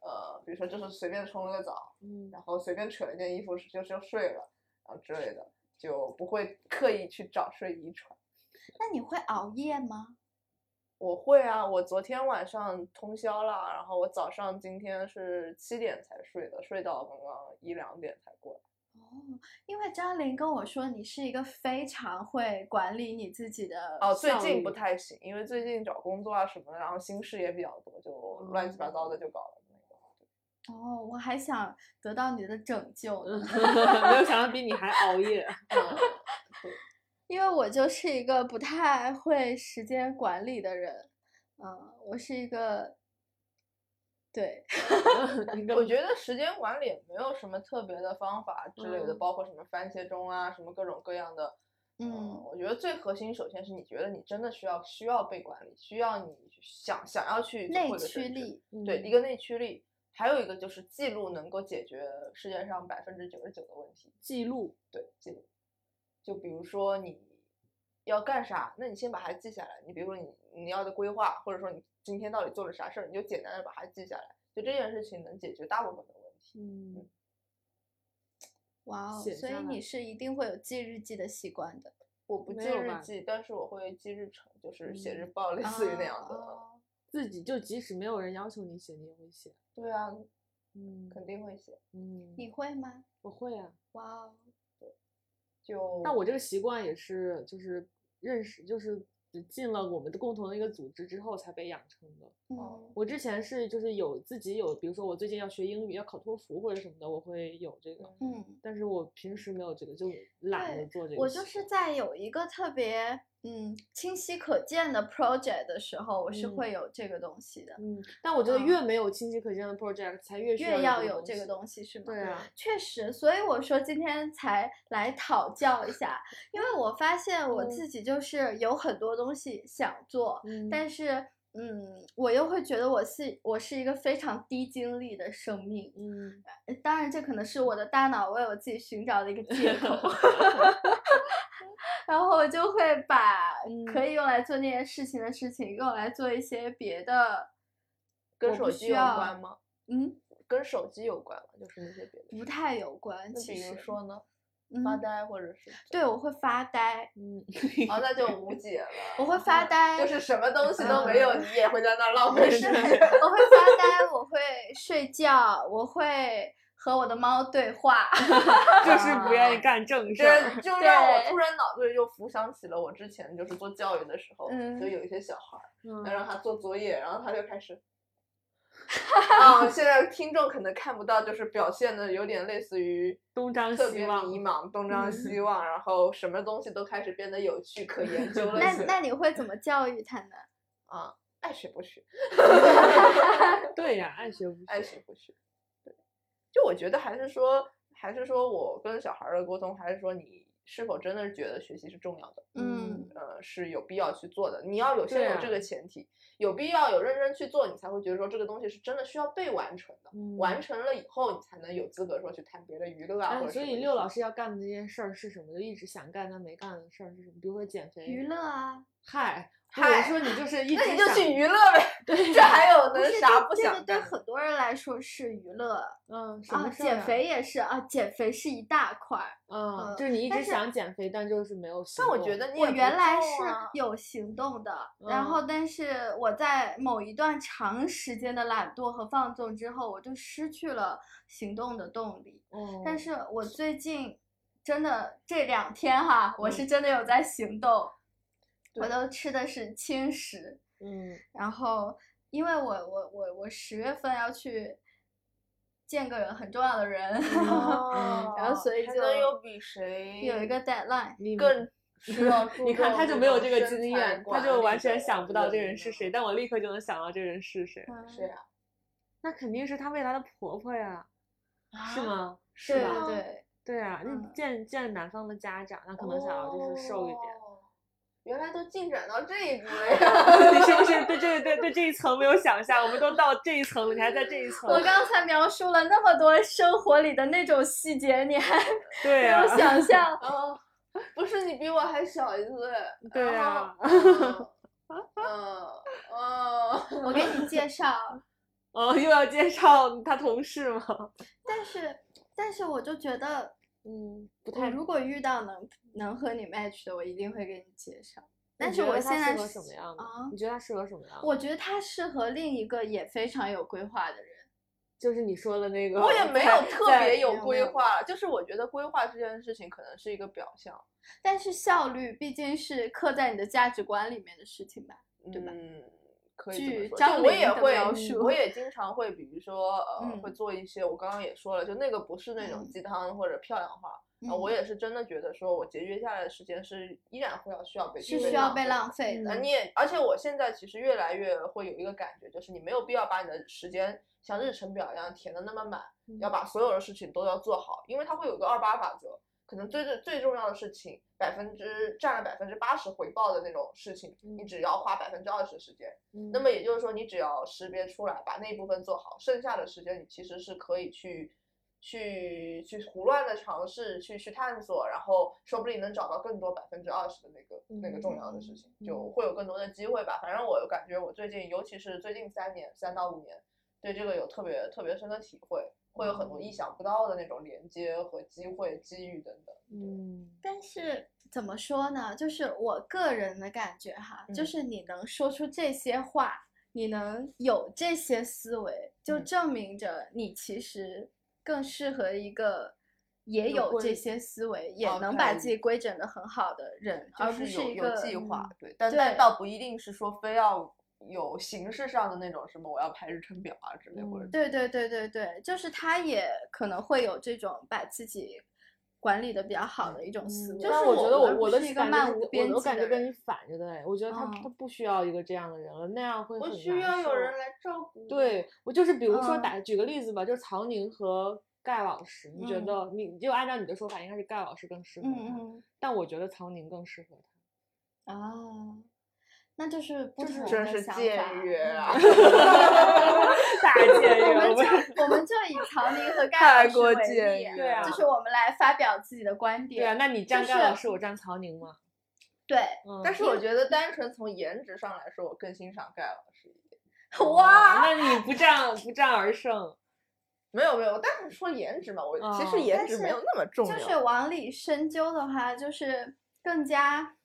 C: 呃，比如说就是随便冲了个澡，
A: 嗯
C: 然后随便扯了件衣服就就睡了，然后之类的，就不会刻意去找睡衣穿。
B: 那你会熬夜吗？
C: 我会啊，我昨天晚上通宵啦，然后我早上今天是七点才睡的，睡到刚刚一两点才过来。
B: 哦，因为张琳跟我说你是一个非常会管理你自己的
C: 哦，最
A: 效
C: 近不
A: 率
C: 太行，因为最近找工作啊什么的，然后心事也比较多，就乱七八糟的就搞了那个。
B: 哦，我还想得到你的拯救呢，
A: 嗯没有想到比你还熬 夜。
C: 嗯
B: 因为我就是一个不太会时间管理的人，嗯，我是一个，对，
A: 你
C: 我
A: 跟
B: 嗯
C: 觉得时间管理也没有什么特别的方法之类的，
A: 嗯
C: 包括什么番茄钟啊，什么各种各样的。
B: 嗯，
C: 我觉得最核心，首先是你觉得你真的需要需要被管理，需要你想想要去
B: 内
C: 获得
B: 驱
C: 认知
B: 力，嗯
C: 对，一
A: 个
C: 个内驱力，还有一个就是记录能够解决世界上百分之九十九的问题。
A: 记录，
C: 对，记录。就比如说你要干啥，那你先把它记下来。你比如说你你要的规划，或者说你今天到底做了啥事儿，你就简单的把它记下来。就这件事情能解决大部分的问题。
A: 嗯，
B: 哇哦，
A: 写
B: 所以
A: 下来
B: 你是一定会有记日记的习惯的，
C: 我不
A: 没
C: 记
A: 有
C: 日
A: 吧
C: 记，但是我会记日程，就是写日
A: 嗯
C: 报，类似于那样的。
B: 哦
A: 自己就即使没有人要求你写，你也会写。
C: 对啊，
A: 嗯
C: 肯定会写。
A: 嗯，
B: 你会吗？
A: 我会啊。
B: 哇哦，
C: 就
A: 但我这个习惯也是，就是认识，就是进了我们的共同的一个组织之后才被养成的。
B: 嗯，
A: 我之前是就是有自己有，比如说我最近要学英语，要考托福或者什么的，我会有这个。
B: 嗯。
A: 但是我平时没有这个，就懒
B: 对
A: 得做这个。
B: 我就是，在有一个特别嗯清晰可见的 project 的时候，我是
A: 嗯
B: 会有这个东西的，
A: 嗯，但我觉得
B: 嗯
A: 越没有清晰可见的 project，才越需
B: 越要有
A: 有
B: 这个
A: 西。
B: 东西是吗？
A: 对啊，
B: 确实，所以我说今天才来讨教一下，因为我发现我
A: 嗯
B: 自己就是有很多东西想做，
A: 嗯
B: 但是嗯，我又会觉得我是我是一个非常低精力的生命，
A: 嗯，
B: 呃当然，这可能是我的大脑为我自己寻找的一个借口， 然后我就会 把嗯
C: 嗯
B: 可以用来做那件事情的事情，用来做一些别的。
C: 跟
B: 我
C: 手
B: 不
C: 机
B: 需
C: 有
B: 要
C: 关吗？
B: 嗯，
C: 跟手机有关吗？就是那些别的
B: 不
C: 事。
B: 太有关。
C: 那
B: 其
C: 比
B: 实
C: 如，说呢，
B: 嗯，
C: 发呆或者是
B: 对，我会发呆，
A: 嗯，
C: 哦，那就无解了。
B: 我会 发呆，
C: 啊
B: 嗯
C: 就是什么东西都没有，你也会在那儿浪费时
B: 我
C: 间。
B: 会发呆，我会睡觉，我会和我的猫对 话。
A: 就是不愿意干正事儿。
C: 这就让我
B: 对
C: 突然脑子里就浮想起了我之前就是做教育的时候，
B: 嗯
C: 就有一些小孩儿，
A: 嗯
C: 要让他做作业，然后他就开始，啊，现在听众可能看不到，就是表现的有点类似于
A: 东张
C: 特
A: 西
C: 别
A: 望嗯
C: 迷茫，东张西望，然后什么东西都开始变得有趣可研究了
B: 那
C: 起来
B: 那你会怎么教育他呢？
C: 啊，爱学不学，
A: 对呀，爱学不学。
B: 哎
C: 爱学不学。对，哎就我觉得还是说，还是说我跟小孩儿的沟通，还是说你是否真的是觉得学习是重要的，
B: 嗯，
C: 呃，是有必要去做的。你要有
A: 对
C: 先有
A: 啊
C: 这个前提，有必要有认真去做，你才会觉得说这个东西是真的需要被完成的。完
A: 嗯
C: 成了以后，你才能有资格说去谈别的娱乐啊，或
A: 哎，
C: 者
A: 所
C: 什
A: 以
C: 么
A: 六
C: 的
A: 老
C: 事
A: 师要干的这件事儿是什么？就一直想干但没干的事儿是什么？比如说减肥。
B: 娱乐啊，
A: 嗨，我
C: 嗨
A: 说你就是一直
C: 那你就
A: 想
C: 去娱乐呗，
A: 对
C: 这还 有
B: 不
C: 能
B: 是
C: 啥
B: 这
C: 不
B: 这
C: 想
B: 个对
C: 干的？
B: 很多人来说是娱乐
A: 嗯什
B: 啊，
A: 么事儿
B: 减
A: 啊
B: 肥也是啊，减肥是一大块儿。
A: 嗯，
B: 嗯
A: 就是你一
B: 但
A: 直
B: 是
A: 想减肥，但就是没有行
C: 但
A: 动。
C: 我觉得你
B: 我
C: 也不
B: 原来
C: 重
B: 是
C: 啊嗯
B: 有行动的，然后但是我在某一段长时间的懒惰和放纵之后，我就失去了行动的动力。
A: 嗯，
B: 但是我最近真的这两天哈，
C: 嗯
B: 我是真的有在行动，我
A: 对
B: 都吃的是轻食，
A: 嗯
B: 然后因为我我我我十月份要去见个很重要的人，
C: 嗯啊
F: 哦
B: 然后所以
F: 还
B: 就
F: 能有比谁
B: 有一个 deadline。
A: 你
C: 更需 要注重
A: 你看他就没有这个
C: 种
A: 经
C: 身材
A: 验，他
C: 管
A: 就
C: 理
A: 完全
C: 的
A: 想不到这个人
C: 能
A: 是
C: 力啊
A: 谁，但我立刻就能想到这个人是谁。
B: 嗯
C: 是啊，
A: 那肯定是她未来的婆婆呀，是
C: 啊？
A: 吗？是
B: 对
A: 吧？
B: 对对，
A: 对啊，那
B: 嗯
A: 见见男方的家长，那可能想要就是瘦一点。
C: 哦。原来都进展到这一步了呀！
A: 你是不是对这对对这一层没有想象？我们都到这一层了，你还在这一层？
B: 我刚才描述了那么多生活里的那种细节，你还没
A: 对啊
B: 有，想象。
C: 哦，不是你比我还小一岁。
A: 对
C: 然
A: 啊
C: 后嗯嗯嗯，
B: 我给你介绍，
A: 哦，又要介绍他同事吗？
B: 但是但是我就觉得，
A: 嗯，不
B: 我
A: 太。
B: 如果遇到能能和你 match 的，我一定会给你介绍。但
A: 你
B: 是
A: 觉
B: 我
A: 得他
B: 现在
A: 适合
B: 是
A: 什么样的？
B: 啊
A: 你觉得他适合什么样的？
B: 我觉得他适合另一个也非常有规划的人。
A: 就是你说的那个，
C: 我也没有特
A: 在
C: 别有
B: 没有没
C: 规
B: 有
C: 划，就是我觉得规划这件事情可能是一个表象，
B: 但是效率毕竟是刻在你的价值观里面的事情吧。对吧
C: 嗯，可以这
B: 据
C: 么说，
B: 张
C: 就我
B: 琳
C: 也
B: 的
C: 会
B: 描述，
C: 我也经常会，比如说呃，
B: 嗯
C: 会做一些，我刚刚也说了，就那个不是那种
B: 嗯
C: 鸡汤或者漂亮话，啊，
B: 嗯
C: 我也是真的觉得说，我节约下来的时间是依然会要需要被
B: 是
C: 被
B: 需要被
C: 费
B: 浪费嗯的。
C: 的。呃你也，而且我现在其实越来越会有一个感觉，就是你没有必要把你的时间像日程表一样填的那么满，
B: 嗯
C: 要把所有的事情都要做好，因为它会有个二八法则，可能最最最重要的事情，百分之占了百分之八十回报的那种事情，你
A: 嗯
C: 只要花百分之二十时间，
A: 嗯，
C: 那么也就是说，你只要识别出来，把那一部分做好，剩下的时间你其实是可以去、去、去胡乱的尝试，去去探索，然后说不定能找到更多百分之二十的那个、那个重要的事情，就
A: 嗯
C: 会有更多的机会吧。反正我感觉我最近，尤其是最近三年、三到五年，对这个有特别特别深的体会，会有很多意想不到的那种连接和机会、机遇等等。
A: 嗯，
B: 但是怎么说呢？就是我个人的感觉哈，就
C: 嗯
B: 是你能说出这些话，你能有这些思维，就
C: 嗯
B: 证明着你其实更适合一个也
A: 有
B: 有
A: 规
B: 这
A: 律
B: 些思维，也
C: 哦
B: 能
C: 可
B: 把
C: 以
B: 自己规整的很好的人，
C: 就
B: 而不
C: 是
B: 是
C: 有
B: 一
C: 有
B: 个
C: 计划
A: 嗯，
C: 对，但但
B: 对
C: 倒不一定是说非要有形式上的那种什么我要排日程表啊之类，或者
A: 嗯
B: 对对对对对，就是他也可能会有这种把自己管理的比较好的一种思维。
C: 就
A: 但
C: 是
A: 嗯我
C: 我
A: 觉得
C: 而
A: 我
B: 不
A: 我的
B: 是一个
A: 感觉
B: 漫
A: 是
B: 无
A: 我
B: 边
A: 我
B: 际
A: 感
B: 的
A: 觉跟
B: 人
A: 你反着的哎，我觉得他他
B: 嗯
A: 不需要一个这样的人了，那样会
C: 我
A: 很
C: 需
A: 难
C: 要有人
A: 受。
C: 来照顾。
A: 对，我就是比如说
B: 嗯
A: 打举个例子吧，就是曹宁和盖老师，你觉
B: 嗯
A: 得你就按照你的说法，应该是盖老师更适合他，
B: 嗯
A: 但我觉得曹宁更适合他。
B: 嗯啊，那就是不
A: 就是
B: 同
C: 真
B: 的
C: 是
B: 想法
C: 僭越啊！
A: 大建
B: 我
A: 议，
B: 们
A: 我们
B: 就我们就以曹宁 和盖
C: 太
B: 老师
C: 过
B: 为
C: 僭
B: 例
C: 越，
A: 对啊
B: 就是我们来发表自己的观
A: 对啊，
B: 点。
A: 那你站
B: 就
A: 盖老
B: 是
A: 师，我站曹宁嘛。
B: 对，
A: 嗯
C: 但是我觉得单纯从颜值上来说，我更欣赏盖老师一点。嗯
B: 哇，
A: 哦那你不战不战而胜，
C: 没有没有，但是说颜值嘛，我其
A: 哦
C: 实颜
B: 但
C: 值
B: 是
C: 没有那么重要。
B: 就是往里深究的话，就是更加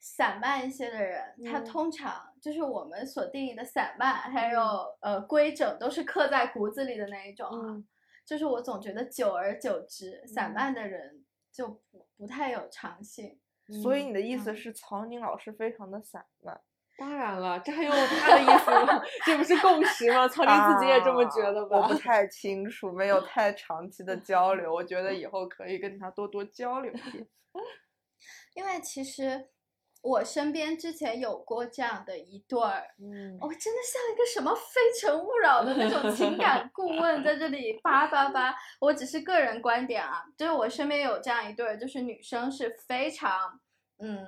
B: 散漫一些的人，他
A: 嗯
B: 通常就是我们所定义的散漫，还有呃规整，都是刻在骨子里的那一种啊。
A: 嗯
B: 就是我总觉得久而久之，散
A: 嗯
B: 漫的人就不不太有长性。
C: 所以你的意
B: 嗯
C: 思是曹宁老师非常的散漫，
A: 当然了，这还有他的意思吗？ 这不是共识吗？曹林自己也这么觉得吧？
C: 啊我不太清楚，没有太长期的交流。我觉得以后可以跟他多多交流一点。
B: 因为其实我身边之前有过这样的一对儿，
A: 嗯
B: 我、真的像一个什么《非诚勿扰》的那种 情感顾问在这里叭叭叭。我只是个人观点啊，就是我身边有这样一对儿，就是女生是非常嗯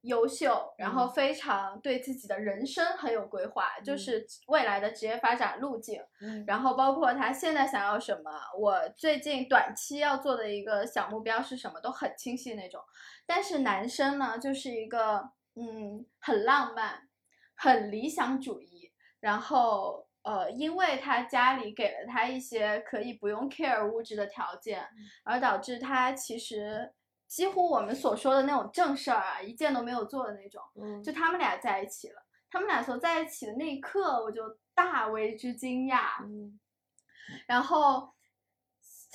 B: 优秀，然后非常对自己的人生很有规划，就
A: 嗯
B: 是未来的职业发展路径，
A: 嗯
B: 然后包括她现在想要什么，我最近短期要做的一个小目标是什么，都很清晰那种。但是男生呢，就是一个嗯，很浪漫，很理想主义，然后呃，因为他家里给了他一些可以不用 care 物质的条件，
A: 嗯
B: 而导致他其实几乎我们所说的那种正事儿啊，一件都没有做的那种。
A: 嗯
B: 就他们俩在一起了，他们俩所在一起的那一刻，我就大为之惊讶。
A: 嗯
B: 然后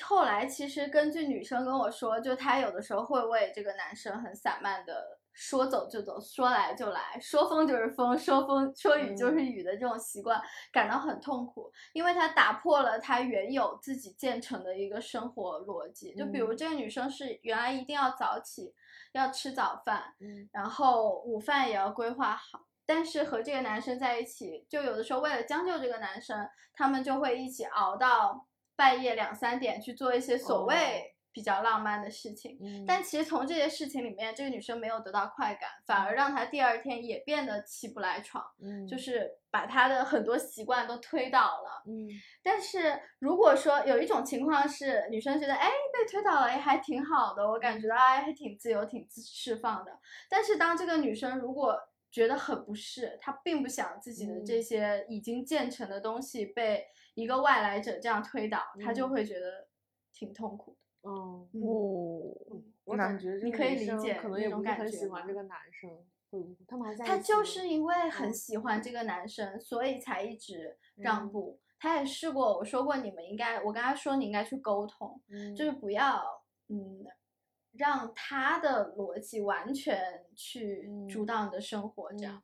B: 后来其实根据女生跟我说，就她有的时候会为这个男生很散漫的说走就走，说来就来，说风就是风，说风说雨就是雨的这种习惯、感到很痛苦，因为她打破了她原有自己建成的一个生活逻辑。就比如这个女生是原来一定要早起，要吃早饭，
A: 嗯
B: 然后午饭也要规划好。但是和这个男生在一起，就有的时候为了将就这个男生，他们就会一起熬到半夜两三点去做一些所谓比较浪漫的事情。
A: 哦嗯
B: 但其实从这些事情里面，这个女生没有得到快感，反而让她第二天也变得起不来床，
A: 嗯
B: 就是把她的很多习惯都推倒了。
A: 嗯
B: 但是如果说有一种情况是女生觉得哎被推倒了，哎还挺好的，我感觉到哎还挺自由、挺自释放的。但是当这个女生如果觉得很不适，她并不想自己的
A: 嗯
B: 这些已经建成的东西被一个外来者这样推倒，她就
A: 嗯
B: 会觉得挺痛苦的。
A: 哦，嗯
C: 哦，
A: 我
C: 那
A: 感觉这
B: 你
A: 个
B: 可
A: 女
B: 以理
A: 生
B: 解
A: 可能
B: 那
A: 也
B: 种
A: 不是
B: 感
A: 很
B: 觉
A: 喜欢这
B: 吗
A: 个男生，会不会他们还在一
B: 她
A: 起
B: 就
A: 吗
B: 是因为很
A: 嗯
B: 喜欢这个男生，所以才一直让
A: 嗯
B: 步。她也试过，我说过你们应该，我跟她说你应该去沟通，
A: 嗯
C: 哎
B: 就是不要嗯，让他的逻辑完全去主
A: 嗯
B: 导你的生活这
A: 嗯
B: 样。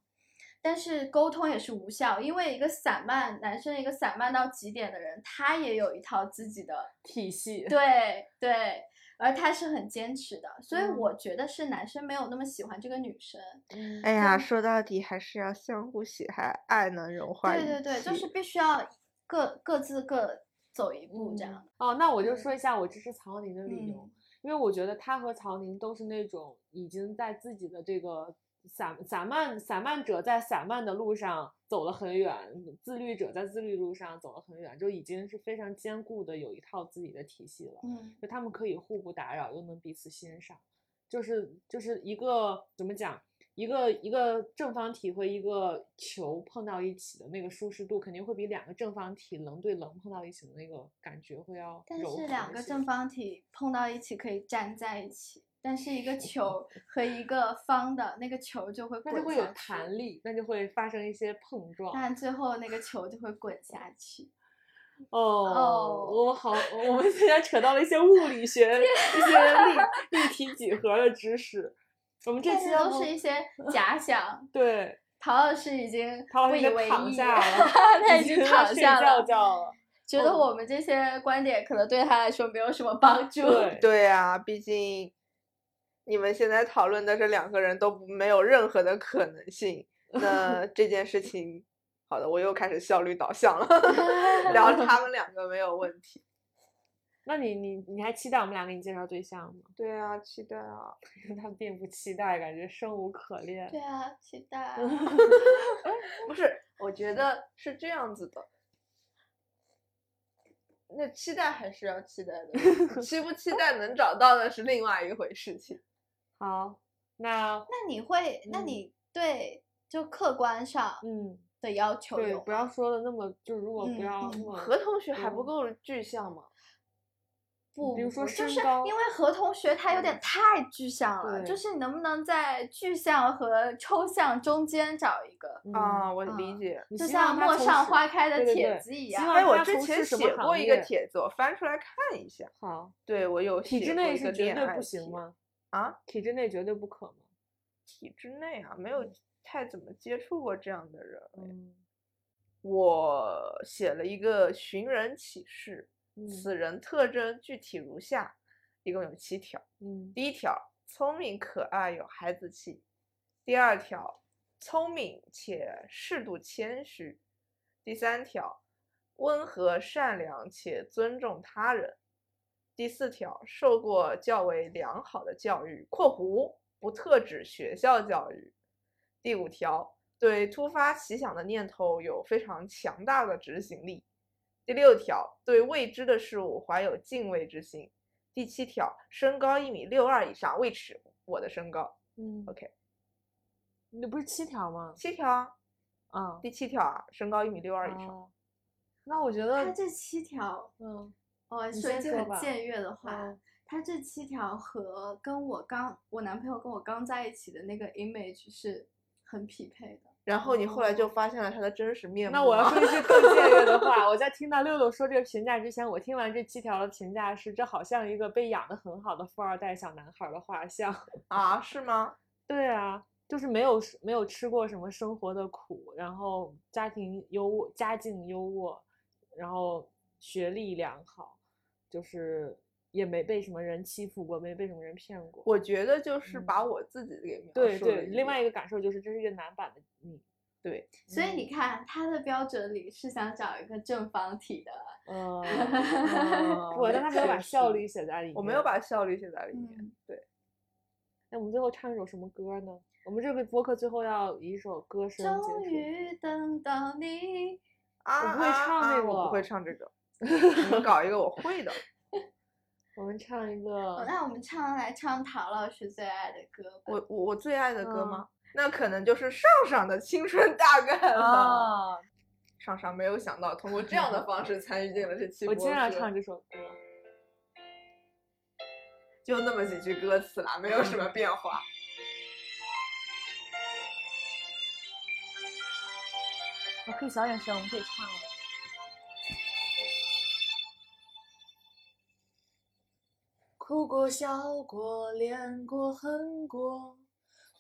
B: 但是沟通也是无效，因为一个散漫男生，一个散漫到极点的人，他也有一套自己的
A: 体系，
B: 对对，而他是很坚持的，所以
A: 嗯
B: 我觉得是男生没有那么喜欢这个女生。
A: 嗯
C: 哎呀，说到底还是要相互喜爱，爱能融化
B: 对
C: 一
B: 对对，就
C: 切
B: 是必须要各各自各走一步这样。
A: 哦，那我就说一下我支持曹宁的理由，
B: 嗯
A: 因为我觉得他和曹宁都是那种已经在自己的这个散散漫散漫者在散漫的路上走了很远，自律者在自律路上走了很远，就已经是非常坚固的有一套自己的体系了。
B: 嗯
A: 就他们可以互不打扰，又能彼此欣赏，就是就是一个怎么讲，一个一个正方体和一个球碰到一起的那个舒适度，肯定会比两个正方体棱对棱碰到一起的那个感觉会要
B: 但
A: 柔和
B: 是
A: 一
B: 两个
A: 些
B: 正方体碰到一起可以粘在一起，但是一个球和一个方的那个球就会
A: 那
B: 滚
A: 就会有
B: 下去
A: 弹，力，那就会发生一些碰撞。
B: 但最后那个球就会滚下去。
A: 哦，
B: 哦
A: 我好，我们现在扯到了一些物理学、一些立立体几何的知识。我们这
B: 但
A: 期
B: 是
A: 要
B: 都
A: 不
B: 是 一些假想。
A: 对，
B: 陶老师已经
A: 陶老
B: 不
A: 师已
B: 以
A: 经
B: 为
A: 躺
B: 意，
A: 下了
B: 他
A: 已
B: 已经
A: 经
B: 躺
A: 睡
B: 下
A: 觉
B: 了，
A: 觉了
B: 觉得
A: 嗯
B: 我们这些观点可能对他来说没有什么帮助。
A: 对，
C: 对啊，毕竟你们现在讨论的这两个人都不没有任何的可能性。那这件事情，好的，我又开始效率导向了， 聊他们两个没有问题。
A: 那你你你还期待我们俩给你介绍对象吗？
C: 对啊，期待啊。
A: 他并不期待，感觉生无可恋。
B: 对啊，期 待。
C: 不是，我觉得是这样子的。那期待还是要期待的，期不期待能找到的是另外一回事情。
A: 好，那
B: 那你会，那
A: 嗯
B: 你对就客观上
A: 嗯，
B: 的要求
A: 对
B: 有，啊
A: 不要说的那么，就是如果
B: 嗯
A: 不要那
B: 嗯
A: 么，
C: 合同学还
A: 嗯
C: 不够具象吗？
B: 不，
A: 比如说
B: 就
A: 身
B: 是
A: 高嗯
B: 因为合同学它有点太具象了，就
A: 对
B: 是你能不能在具象和抽象中间找一个，
A: 嗯，
C: 啊，我
B: 啊
C: 理解。
A: 你
B: 就
A: 希望
B: 像
A: 他
B: 陌
A: 从
B: 上
A: 事
B: 花开的
A: 对对
B: 帖
A: 对
B: 子一
A: 希
B: 样。
A: 望
C: 哎，我
A: 他
C: 之
A: 从
C: 前
A: 事什么
C: 写
A: 行
C: 过一个
A: 业
C: 帖子，我翻出来看一下。
A: 好，
C: 对，我有
A: 体
C: 写
A: 制
C: 过
A: 内
C: 一
A: 是
C: 个
A: 绝
C: 恋
A: 对
C: 爱
A: 不行
C: 题？
A: 吗？
C: 啊，
A: 体制内绝对不可吗？
C: 体制内啊，没有太怎么接触过这样的人。
A: 嗯
C: 我写了一个寻人启事，
A: 嗯
C: 此人特征具体如下，一共有七条。
A: 嗯
C: 第一条，聪明可爱有孩子气；第二条，聪明且适度谦虚；第三条，温和善良且尊重他人；第四条，受过较为良好的教育（括弧不特指学校教育）；第五条，对突发奇想的念头有非常强大的执行力；第六条，对未知的事物怀有敬畏之心。第七条，身高一米六二以上未止我的身高。
A: 嗯
C: OK，
A: 那不是七条吗？
C: 七条啊，
A: 啊，
C: 第七条啊，身高一米六二以上。
A: 哦那我觉
B: 他
A: 得，
B: 这七条，
A: 嗯
B: 哦，
A: 你
B: 说一
A: 先
B: 句
A: 说
B: 很
A: 吧
B: 僭越的话，
A: 嗯
B: 他这七条和跟我刚我男朋友跟我刚在一起的那个 image 是很匹配的。
C: 然后你后来就发现了他的真实面目吗。
A: 哦那我要说一句更僭越的话，我在听到六六说这个评价之前，我听完这七条的评价是，这好像一个被养的很好的富二代小男孩儿的画像。
C: 啊，是吗？
A: 对啊，就是没有没有吃过什么生活的苦，然后家庭优渥，家境优渥，然后学历良好，就是也没被什么人欺负过，没被什么人骗过。
C: 我觉得就是把
A: 嗯
C: 我自己给描
A: 对
C: 述了
A: 对，
C: 一
A: 另外一
C: 遍
A: 个感受就是，这是一个男版的你。
C: 对，
A: 嗯
B: 所以你看，他的标准里是想找一个正方体的，
A: 嗯，
C: 嗯
A: 不，但他没有把
C: 确
A: 效
C: 实
A: 率写在里面。
C: 我没有把效率写在里面。
B: 嗯，
A: 那我们最后唱一首什么歌呢？我们这个播客最后要以一首歌声结
B: 终
A: 束。
B: 于等到你，
C: 啊，
A: 我不会
C: 啊
A: 唱那
C: 啊我不会
A: 个
C: 唱这个。 你们搞一个我会的，
A: 我们唱一
B: 哦
A: 个，
B: 那我们唱来唱陶老师最爱的歌吧。
C: 我我我最爱的歌
A: 嗯
C: 吗？那可能就是上上的青春大概了。
A: 啊，
C: 上上没有想到通过这样 的方式参与进了这期
A: 我
C: 播
A: 经常
C: 客
A: 唱这首歌。
C: 就那么几句歌词啦，没有什么变化。
A: 我可以小点声，我们可以唱了。
G: 哭过、笑过、恋过、恨过，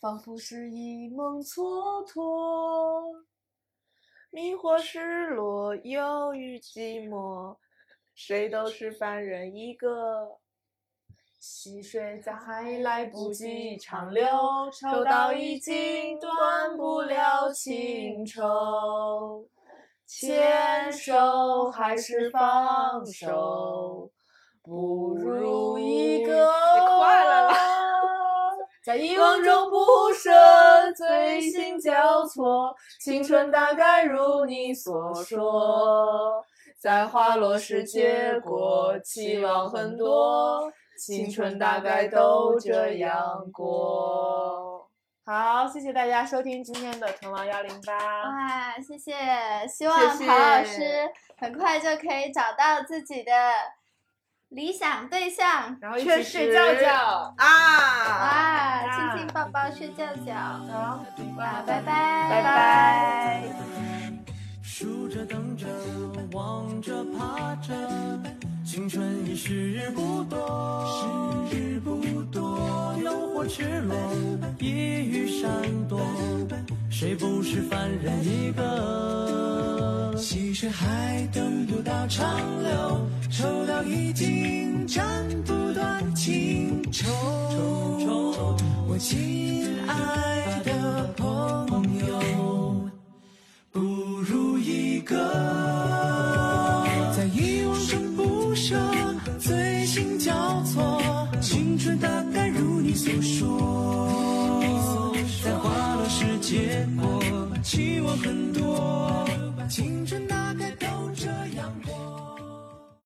G: 仿佛是一梦蹉跎。
C: 迷惑、失落、忧郁、寂寞，谁都是凡人一个。
G: 溪水再还来不及长流，
C: 抽
G: 抽
C: 刀
G: 刀
C: 已
G: 已
C: 经
G: 经
C: 断
G: 断
C: 不
G: 不
C: 了
G: 了
C: 情
G: 情
C: 愁
G: 愁。
C: 牵
G: 牵
C: 手
G: 手
C: 还
G: 还
C: 是
G: 是
C: 放
G: 放
C: 手
G: 手，
C: 不
G: 不
C: 如
G: 如
C: 一
G: 一
C: 个
G: 个。 在遗忘中不舍，醉心交错，青春大概如你所说。在花落时结果，期望很多，青春大概都这样过。好，谢谢大家收听今天的《滕王幺零八》。
B: 哇，谢谢！希望陶老师很快就可以找到自己的理想对象。
G: 然后一
C: 确
G: 起睡觉
C: 实
G: 觉。
C: 啊！
B: 哇，亲亲抱抱睡觉觉。
A: 嗯
B: 好，哇，拜拜，
C: 拜拜。
H: 数着、等着、望着、怕着，青春已时日不多，时日不多，诱惑赤裸，一语闪躲，谁不是凡人一个？溪水还等不到长流，抽刀已经斩不断情愁。我亲爱的。